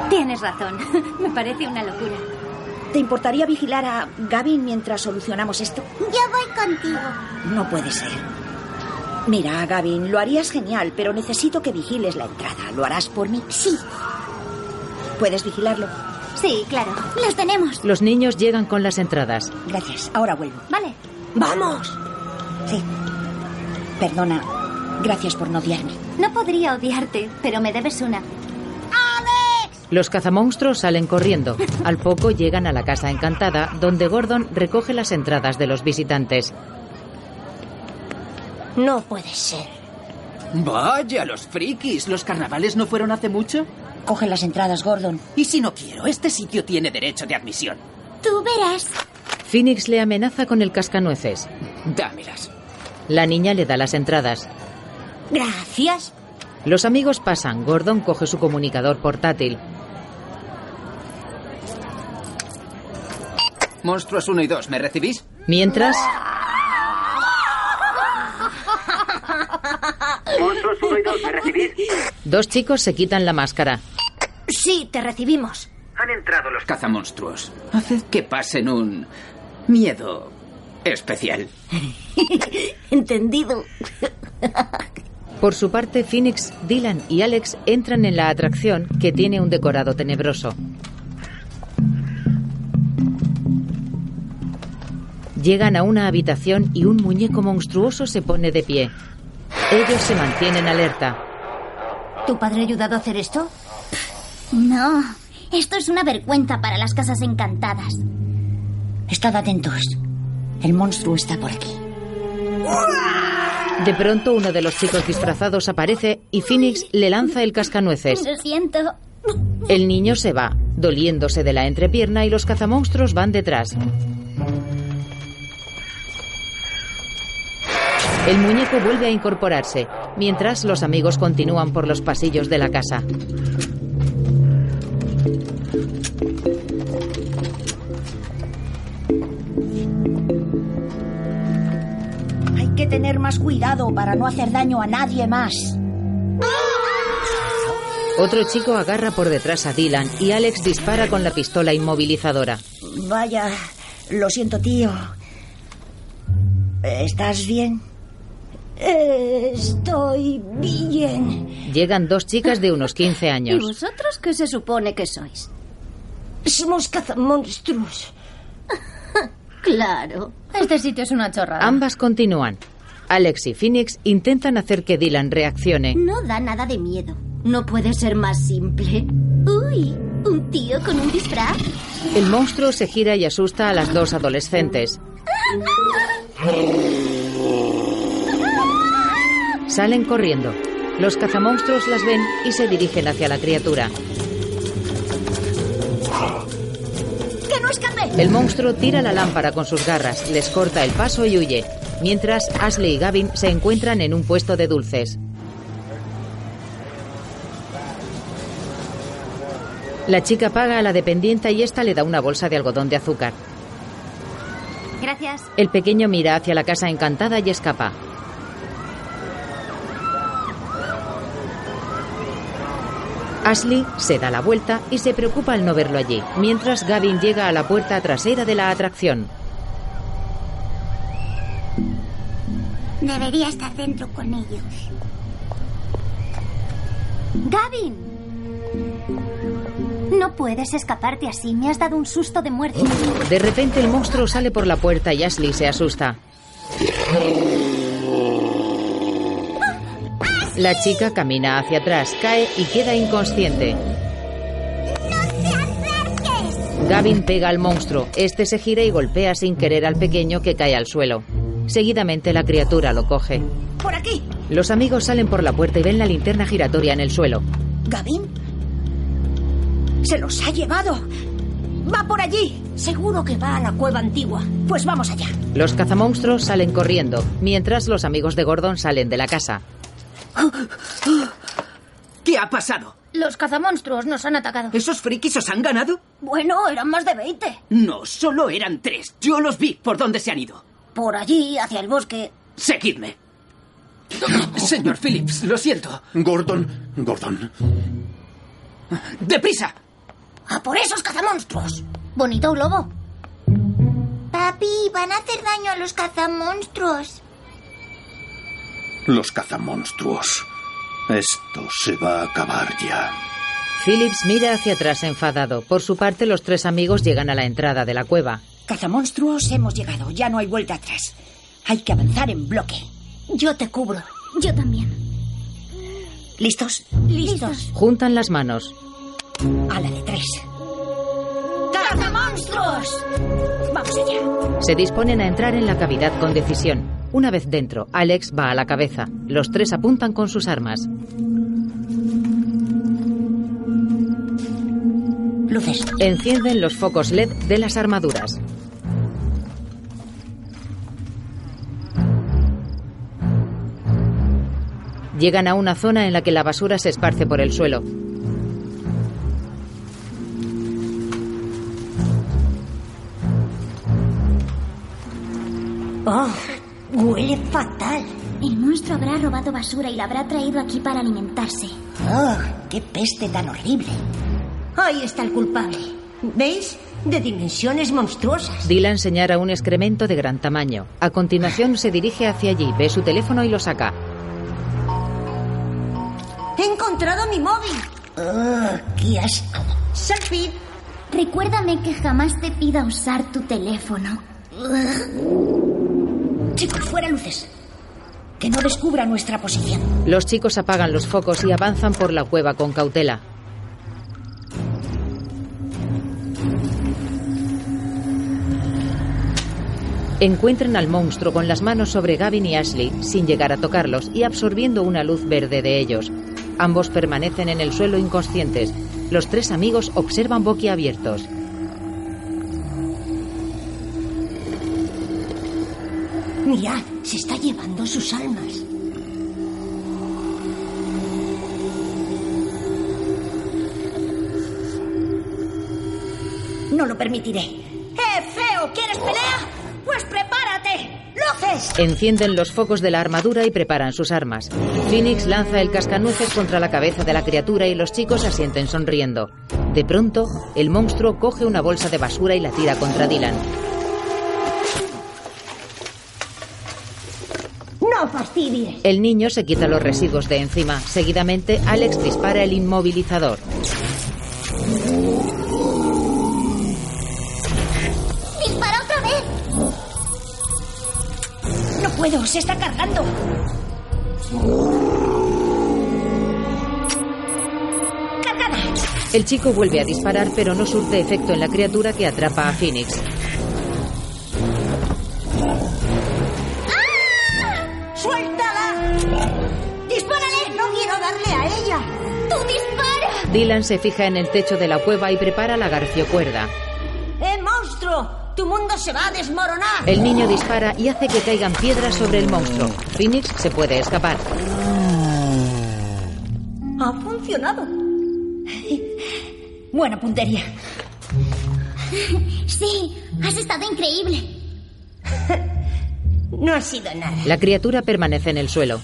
Tienes
*laughs*
razón, me parece una locura.
¿Te importaría vigilar a Gavin mientras solucionamos esto?
Yo voy contigo.
No puede ser. Mira, Gavin, lo harías genial, pero necesito que vigiles la entrada. ¿Lo harás por mí?
Sí.
¿Puedes vigilarlo?
Sí, claro. Los tenemos.
Los niños llegan con las entradas.
Gracias. Ahora vuelvo.
Vale.
¡Vamos! Sí. Perdona. Gracias por no odiarme.
No podría odiarte, pero me debes una.
Los cazamonstruos salen corriendo. Al poco llegan a la casa encantada, donde Gordon recoge las entradas de los visitantes.
No puede ser. Vaya, los frikis. ¿Los carnavales no fueron hace mucho?
Coge las entradas, Gordon.
Y si no quiero, este sitio tiene derecho de admisión.
Tú verás.
Phoenix le amenaza con el cascanueces.
Dámelas.
La niña le da las entradas.
Gracias.
Los amigos pasan. Gordon coge su comunicador portátil.
Monstruos 1 y 2, ¿me recibís?
Mientras,
Monstruos 1 y 2, ¿me recibís?
dos chicos se quitan la máscara.
Sí, te recibimos.
Han entrado los...
Cazamonstruos. Haced que pasen un miedo especial.
Entendido.
Por su parte, Phoenix, Dylan y Alex entran en la atracción que tiene un decorado tenebroso. Llegan a una habitación y un muñeco monstruoso se pone de pie. Ellos se mantienen alerta.
¿Tu padre ha ayudado a hacer esto?
No. Esto es una vergüenza para las casas encantadas.
Estad atentos. El monstruo está por aquí.
De pronto, uno de los chicos disfrazados aparece y Phoenix le lanza el cascanueces.
Lo siento.
El niño se va, doliéndose de la entrepierna y los cazamonstruos van detrás. El muñeco vuelve a incorporarse, mientras los amigos continúan por los pasillos de la casa.
Hay que tener más cuidado para no hacer daño a nadie más.
Otro chico agarra por detrás a Dylan y Alex dispara con la pistola inmovilizadora.
Vaya, lo siento, tío. ¿Estás bien?
Estoy bien.
Llegan dos chicas de unos 15
¿Y
años.
vosotros qué se supone que sois?
Somos cazamonstruos.
Claro. Este sitio es una chorrada.
Ambas continúan. Alex y Phoenix intentan hacer que Dylan reaccione.
No da nada de miedo. No puede ser más simple. Uy, un tío con un disfraz.
El monstruo se gira y asusta a las dos adolescentes. Salen corriendo. Los cazamonstruos las ven y se dirigen hacia la criatura.
¡Que no escape!
El monstruo tira la lámpara con sus garras, les corta el paso y huye, mientras Ashley y Gavin se encuentran en un puesto de dulces. La chica paga a la dependienta y esta le da una bolsa de algodón de azúcar.
Gracias.
El pequeño mira hacia la casa encantada y escapa. Ashley se da la vuelta y se preocupa al no verlo allí, mientras Gavin llega a la puerta trasera de la atracción.
Debería estar dentro con ellos. ¡Gavin! No puedes escaparte así. Me has dado un susto de muerte.
De repente el monstruo sale por la puerta y Ashley se asusta. La chica camina hacia atrás, cae y queda inconsciente. Gavin pega al monstruo. Este se gira y golpea sin querer al pequeño que cae al suelo. Seguidamente la criatura lo coge.
Por aquí.
Los amigos salen por la puerta y ven la linterna giratoria en el suelo.
¿Gavin? Se los ha llevado. Va por allí. Seguro que va a la cueva antigua. Pues vamos allá.
Los cazamonstruos salen corriendo, mientras los amigos de Gordon salen de la casa.
¿Qué ha pasado?
Los cazamonstruos nos han atacado.
¿Esos frikis os han ganado?
Oh,
Bueno, eran más de 20.
No, solo eran tres. Yo los vi. ¿Por dónde se han ido?
Por allí, hacia el bosque.
Seguidme. Señor Phillips, lo siento.
Gordon, Gordon.
¡Deprisa!
¡A por esos cazamonstruos!
Bonito globo.
Papi, van a hacer daño a los cazamonstruos.
Los cazamonstruos. Esto se va a acabar ya.
Phillips mira hacia atrás enfadado. Por su parte, los tres amigos llegan a la entrada de la cueva.
Cazamonstruos, hemos llegado. Ya no hay vuelta atrás. Hay que avanzar en bloque.
Yo te cubro. Yo también.
¿Listos?
Listos.
Juntan las manos.
A la de tres.
¡Cazamonstruos!
Vamos allá.
Se disponen a entrar en la cavidad con decisión. Una vez dentro, Alex va a la cabeza. Los tres apuntan con sus armas.
Luces.
Encienden los focos LED de las armaduras. Llegan a una zona en la que la basura se esparce por el suelo.
Oh, huele fatal.
El monstruo habrá robado basura y la habrá traído aquí para alimentarse.
Oh, qué peste tan horrible.
Ahí está el culpable. ¿Veis? De dimensiones monstruosas.
Dylan señala un excremento de gran tamaño. A continuación se dirige hacia allí, ve su teléfono y lo saca.
He encontrado mi móvil.
Oh, qué asco.
Selfie.
Recuérdame que jamás te pida usar tu teléfono.
Chicos, fuera luces. Que no descubra nuestra posición.
Los chicos apagan los focos y avanzan por la cueva con cautela. Encuentran al monstruo con las manos sobre Gavin y Ashley, sin llegar a tocarlos y absorbiendo una luz verde de ellos. Ambos permanecen en el suelo inconscientes. Los tres amigos observan boquiabiertos.
Mirad, se está llevando sus almas.
No lo permitiré.
¡Eh, feo! ¿Quieres pelea? Pues prepárate. ¡Luces!
Encienden los focos de la armadura y preparan sus armas. Phoenix lanza el cascanueces contra la cabeza de la criatura y los chicos asienten sonriendo. De pronto, el monstruo coge una bolsa de basura y la tira contra Dylan.
No fastidies.
El niño se quita los residuos de encima. Seguidamente, Alex dispara el inmovilizador.
¡Dispara otra vez!
No puedo, se está cargando.
El chico vuelve a disparar, pero no surte efecto en la criatura que atrapa a Phoenix.
¡Suéltala! ¡Dispárale! No quiero darle a ella.
¡Tú dispara!
Dylan se fija en el techo de la cueva y prepara la garciocuerda.
¡Eh, monstruo! ¡Tu mundo se va a desmoronar!
El niño dispara y hace que caigan piedras sobre el monstruo. Phoenix se puede escapar.
Ha funcionado.
Buena puntería.
Sí, has estado increíble.
No ha sido nada.
La criatura permanece en el suelo.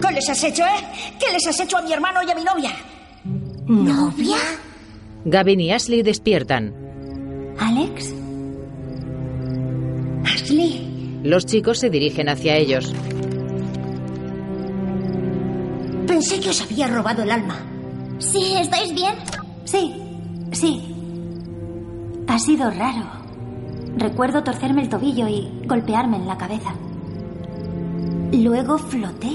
¿Qué les has hecho, eh? ¿Qué les has hecho a mi hermano y a mi novia?
¿Novia?
Gavin y Ashley despiertan.
¿Alex?
Ashley.
Los chicos se dirigen hacia ellos.
Pensé que os había robado el alma.
Sí, ¿estáis bien?
Sí, sí. Ha sido raro. Recuerdo torcerme el tobillo y golpearme en la cabeza. Luego floté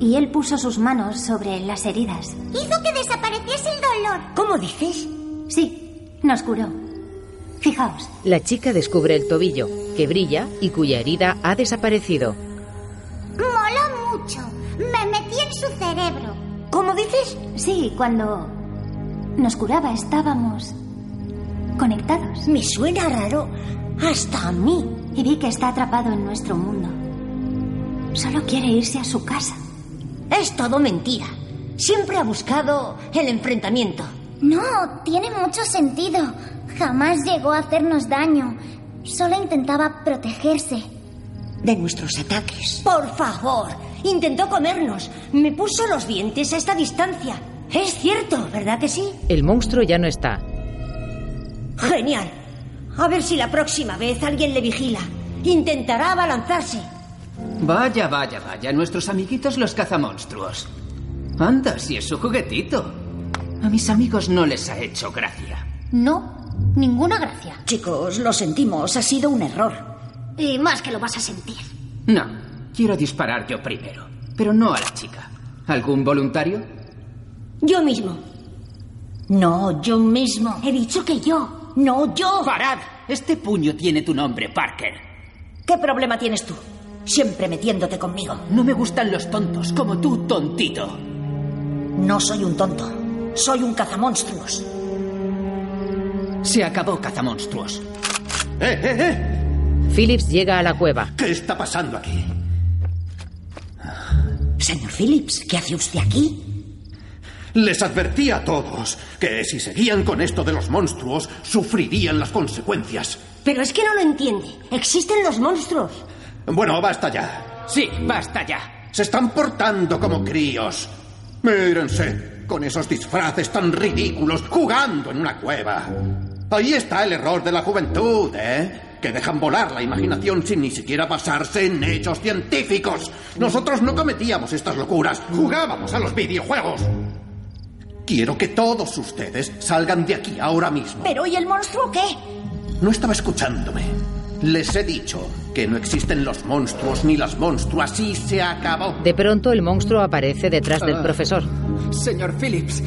y él puso sus manos sobre las heridas.
Hizo que desapareciese el dolor.
¿Cómo dices?
Sí, nos curó. Fijaos,
La chica descubre el tobillo, que brilla y cuya herida ha desaparecido.
Moló mucho. Me metí en su cerebro.
¿Cómo dices?
sí, cuando nos curaba estábamos conectados
Me suena raro. Hasta a mí.
y vi que está atrapado en nuestro mundo. Solo quiere irse a su casa.
Es todo mentira. Siempre ha buscado el enfrentamiento.
No, tiene mucho sentido. Jamás llegó a hacernos daño. Solo intentaba protegerse.
De nuestros ataques.
Por favor, intentó comernos. Me puso los dientes a esta distancia. Es cierto, ¿verdad que sí?
El monstruo ya no está.
Genial. A ver si la próxima vez alguien le vigila. Intentará abalanzarse.
Vaya, vaya, vaya, nuestros amiguitos los cazamonstruos. Anda, si es su juguetito. A mis amigos no les ha hecho gracia.
No, ninguna gracia.
Chicos, lo sentimos, ha sido un error.
Y más que lo vas a sentir.
No, quiero disparar yo primero, pero no a la chica. ¿Algún voluntario?
Yo mismo.
No, yo mismo.
He dicho que yo.
No, yo.
¡Parad! Este puño tiene tu nombre, Parker.
¿Qué problema tienes tú? Siempre metiéndote conmigo.
No me gustan los tontos, como tú, tontito.
No soy un tonto. Soy un cazamonstruos.
Se acabó, cazamonstruos.
¡Eh, eh, eh!
Phillips llega a la cueva.
¿Qué está pasando aquí?
Señor Phillips, ¿qué hace usted aquí?
Les advertí a todos que si seguían con esto de los monstruos, sufrirían las consecuencias.
Pero es que no lo entiende. Existen los monstruos.
Bueno, basta ya.
Sí, basta ya.
Se están portando como críos. Mírense, con esos disfraces tan ridículos, jugando en una cueva. Ahí está el error de la juventud, ¿eh? Que dejan volar la imaginación sin ni siquiera basarse en hechos científicos. Nosotros no cometíamos estas locuras, jugábamos a los videojuegos. Quiero que todos ustedes salgan de aquí ahora mismo.
¿Pero y el monstruo qué?
No estaba escuchándome. Les he dicho que no existen los monstruos ni las monstruas y se acabó.
De pronto el monstruo aparece detrás del
Ah.
profesor.
Señor Phillips,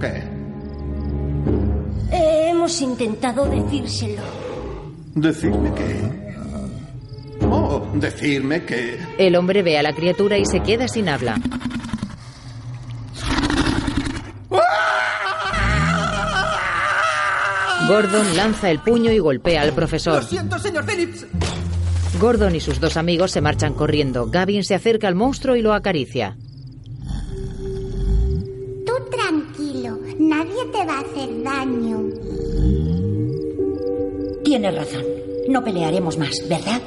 ¿Qué?
Eh, hemos intentado decírselo.
¿Decirme qué? Oh, decirme que...
El hombre ve a la criatura y se queda sin habla. Gordon lanza el puño y golpea al profesor.
siento, señor Phillips.
Gordon y sus dos amigos se marchan corriendo. Gavin se acerca al monstruo y lo acaricia.
Tú tranquilo, nadie te va a hacer daño.
Tiene razón. No pelearemos más, ¿verdad?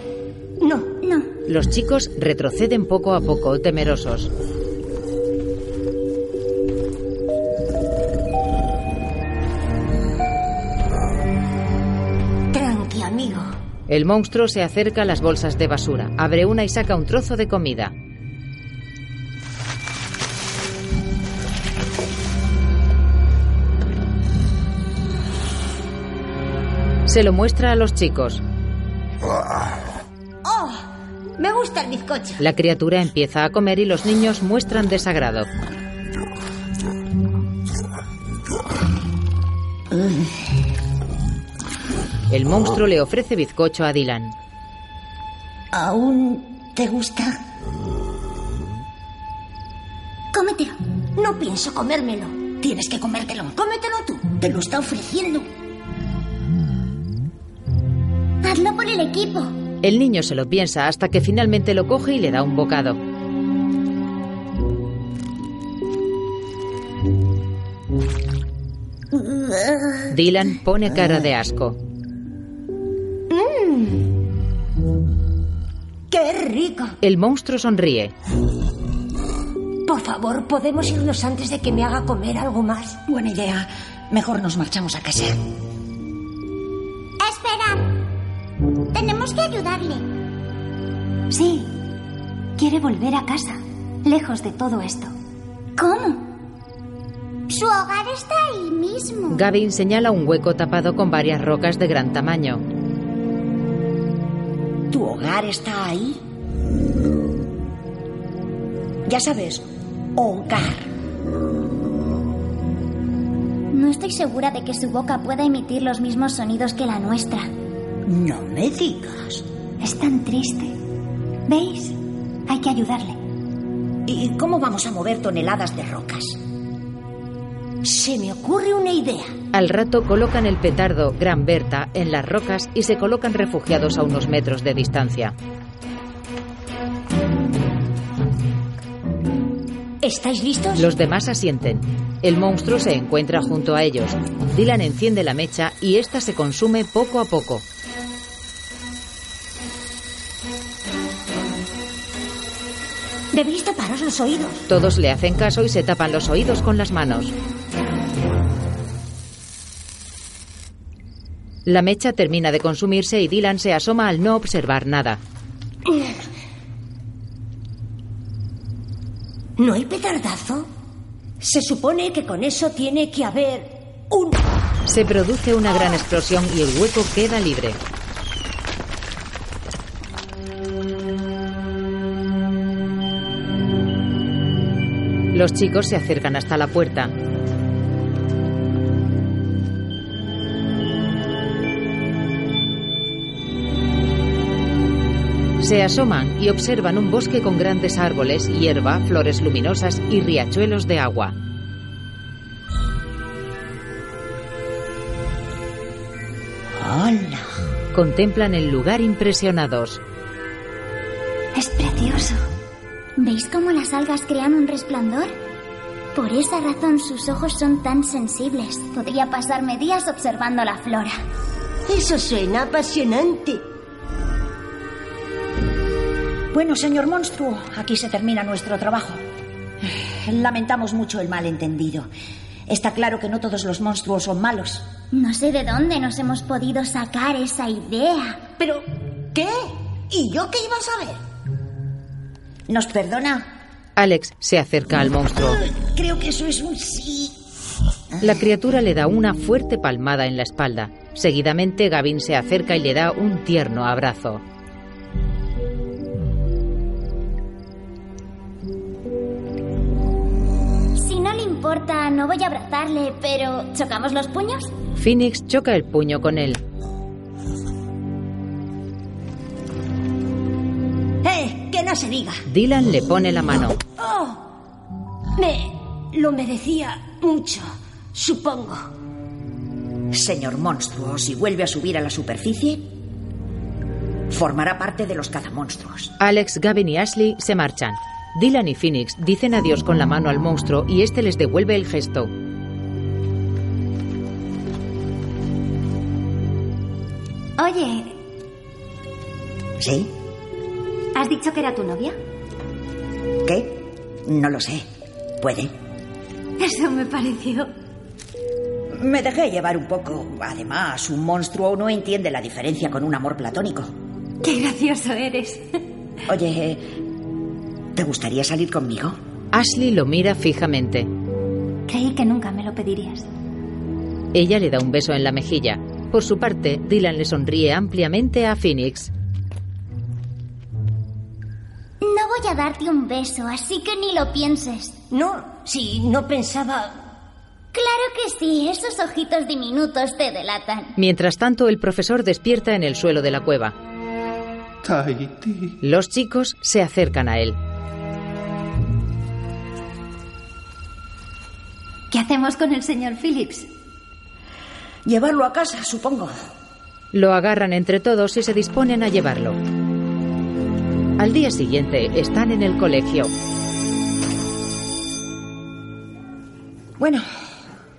No,
no.
Los chicos retroceden poco a poco, temerosos.
Tranqui, amigo.
El monstruo se acerca a las bolsas de basura, abre una y saca un trozo de comida. Se lo muestra a los chicos.
¡Oh! Me gusta el bizcocho.
La criatura empieza a comer y los niños muestran desagrado. El monstruo le ofrece bizcocho a Dylan.
¿Aún te gusta?
Cómetelo. No pienso comérmelo.
Tienes que comértelo.
Cómetelo tú.
Te lo está ofreciendo.
Hazlo por el equipo.
El niño se lo piensa hasta que finalmente lo coge y le da un bocado. Dylan pone cara de asco.
Mm. ¡Qué rico!
El monstruo sonríe.
Por favor, ¿podemos irnos antes de que me haga comer algo más?
Buena idea. Mejor nos marchamos a casa.
Esperad. Tenemos que ayudarle.
Sí, quiere volver a casa, lejos de todo esto.
¿Cómo? Su hogar está ahí mismo.
Gavin señala un hueco tapado con varias rocas de gran tamaño.
¿Tu hogar está ahí? Ya sabes, hogar.
No estoy segura de que su boca pueda emitir los mismos sonidos que la nuestra.
No me digas.
Es tan triste. ¿Veis? Hay que ayudarle.
¿Y cómo vamos a mover toneladas de rocas?
Se me ocurre una idea.
Al rato colocan el petardo Gran Berta en las rocas y se colocan refugiados a unos metros de distancia.
¿Estáis listos?
Los demás asienten. El monstruo se encuentra junto a ellos. Dylan enciende la mecha y esta se consume poco a poco.
Debéis taparos los oídos.
Todos le hacen caso y se tapan los oídos con las manos. La mecha termina de consumirse y Dylan se asoma al no observar nada.
¿No hay petardazo?
Se supone que con eso tiene que haber...
Se produce una gran explosión y el hueco queda libre. Los chicos se acercan hasta la puerta. Se asoman y observan un bosque con grandes árboles, hierba, flores luminosas y riachuelos de agua.
¡Hola!
Contemplan el lugar impresionados.
Es precioso. ¿Veis cómo las algas crean un resplandor? Por esa razón sus ojos son tan sensibles. Podría pasarme días observando la flora.
Eso suena apasionante.
Bueno, señor monstruo, aquí se termina nuestro trabajo. *sighs* Lamentamos mucho el malentendido. Está claro que no todos los monstruos son malos.
No sé de dónde nos hemos podido sacar esa idea.
Pero, ¿qué?
¿Y yo qué iba a saber?
¿Nos perdona?
Alex se acerca al monstruo.
Creo que eso es un sí.
La criatura le da una fuerte palmada en la espalda. Seguidamente, Gavin se acerca y le da un tierno abrazo.
Si no le importa, no voy a abrazarle, pero ¿chocamos los puños?
Phoenix choca el puño con él.
¡Eh! ¡Que no se diga!
Dylan le pone la mano.
¡Oh! Me lo merecía mucho, supongo.
Señor monstruo, si vuelve a subir a la superficie, formará parte de los cazamonstruos.
Alex, Gavin y Ashley se marchan. Dylan y Phoenix dicen adiós con la mano al monstruo y este les devuelve el gesto.
Oye,
¿Sí?
¿has dicho que era tu novia?
¿Qué? No lo sé. Puede.
Eso me pareció.
Me dejé llevar un poco. Además, un monstruo no entiende la diferencia con un amor platónico.
Qué gracioso eres.
Oye, eh, ¿te gustaría salir conmigo?
Ashley lo mira fijamente.
Creí que nunca me lo pedirías.
Ella le da un beso en la mejilla. Por su parte, Dylan le sonríe ampliamente a Phoenix.
No voy a darte un beso, así que ni lo pienses.
No, si no pensaba...
Claro que sí, esos ojitos diminutos te delatan.
Mientras tanto, el profesor despierta en el suelo de la cueva.
Tahiti.
Los chicos se acercan a él.
¿Qué hacemos con el señor Phillips?
Llevarlo a casa, supongo.
Lo agarran entre todos y se disponen a llevarlo. Al día siguiente están en el colegio.
Bueno,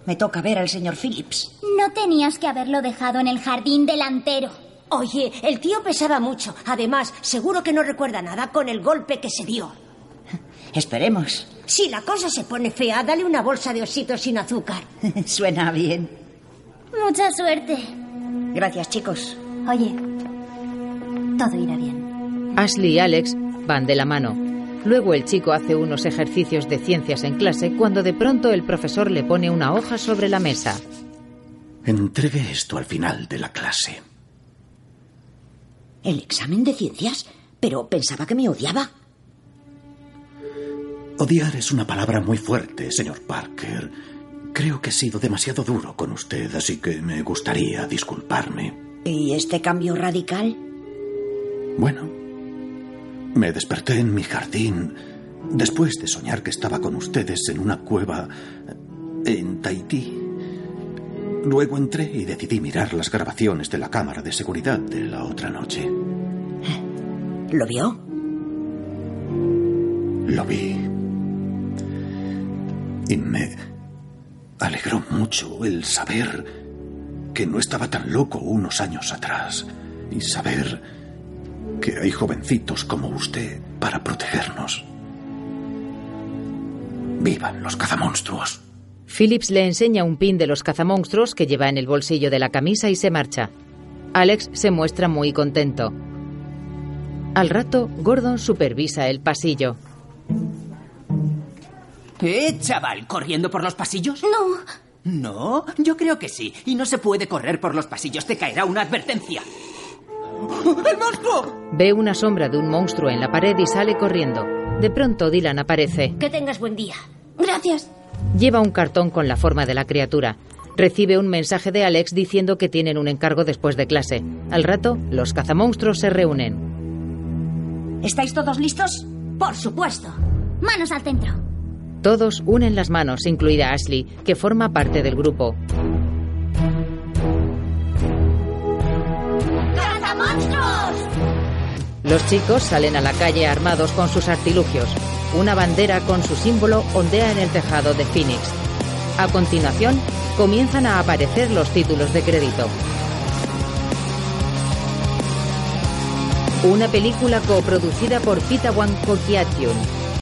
me toca ver al señor Phillips.
No tenías que haberlo dejado en el jardín delantero.
Oye, el tío pesaba mucho. Además, seguro que no recuerda nada con el golpe que se dio.
*laughs* Esperemos.
Si la cosa se pone fea, dale una bolsa de ositos sin azúcar.
*laughs* Suena bien.
Mucha suerte.
Gracias, chicos.
Oye, todo irá bien.
Ashley y Alex van de la mano. Luego el chico hace unos ejercicios de ciencias en clase cuando de pronto el profesor le pone una hoja sobre la mesa.
Entregue esto al final de la clase.
¿El examen de ciencias? Pero pensaba que me odiaba.
Odiar es una palabra muy fuerte, señor Parker. Creo que he sido demasiado duro con usted, así que me gustaría disculparme.
¿Y este cambio radical?
Bueno, me desperté en mi jardín después de soñar que estaba con ustedes en una cueva en Tahití. Luego entré y decidí mirar las grabaciones de la cámara de seguridad de la otra noche.
¿Lo vio?
Lo vi. Y me alegró mucho el saber que no estaba tan loco unos años atrás y saber que hay jovencitos como usted para protegernos. Vivan los cazamonstruos.
Phillips le enseña un pin de los cazamonstruos que lleva en el bolsillo de la camisa y se marcha. Alex se muestra muy contento. Al rato, Gordon supervisa el pasillo.
¿Eh, chaval? ¿Corriendo por los pasillos?
No.
No, yo creo que sí. Y no se puede correr por los pasillos. Te caerá una advertencia. ¡El monstruo!
Ve una sombra de un monstruo en la pared y sale corriendo. De pronto Dylan aparece.
Que tengas buen día.
Gracias.
Lleva un cartón con la forma de la criatura. Recibe un mensaje de Alex diciendo que tienen un encargo después de clase. Al rato, los cazamonstruos se reúnen.
¿Estáis todos listos? Por supuesto.
Manos al centro.
Todos unen las manos, incluida Ashley, que forma parte del grupo.
¡Cazamonstruos!
Los chicos salen a la calle armados con sus artilugios. Una bandera con su símbolo ondea en el tejado de Phoenix. A continuación, comienzan a aparecer los títulos de crédito. Una película coproducida por Pita One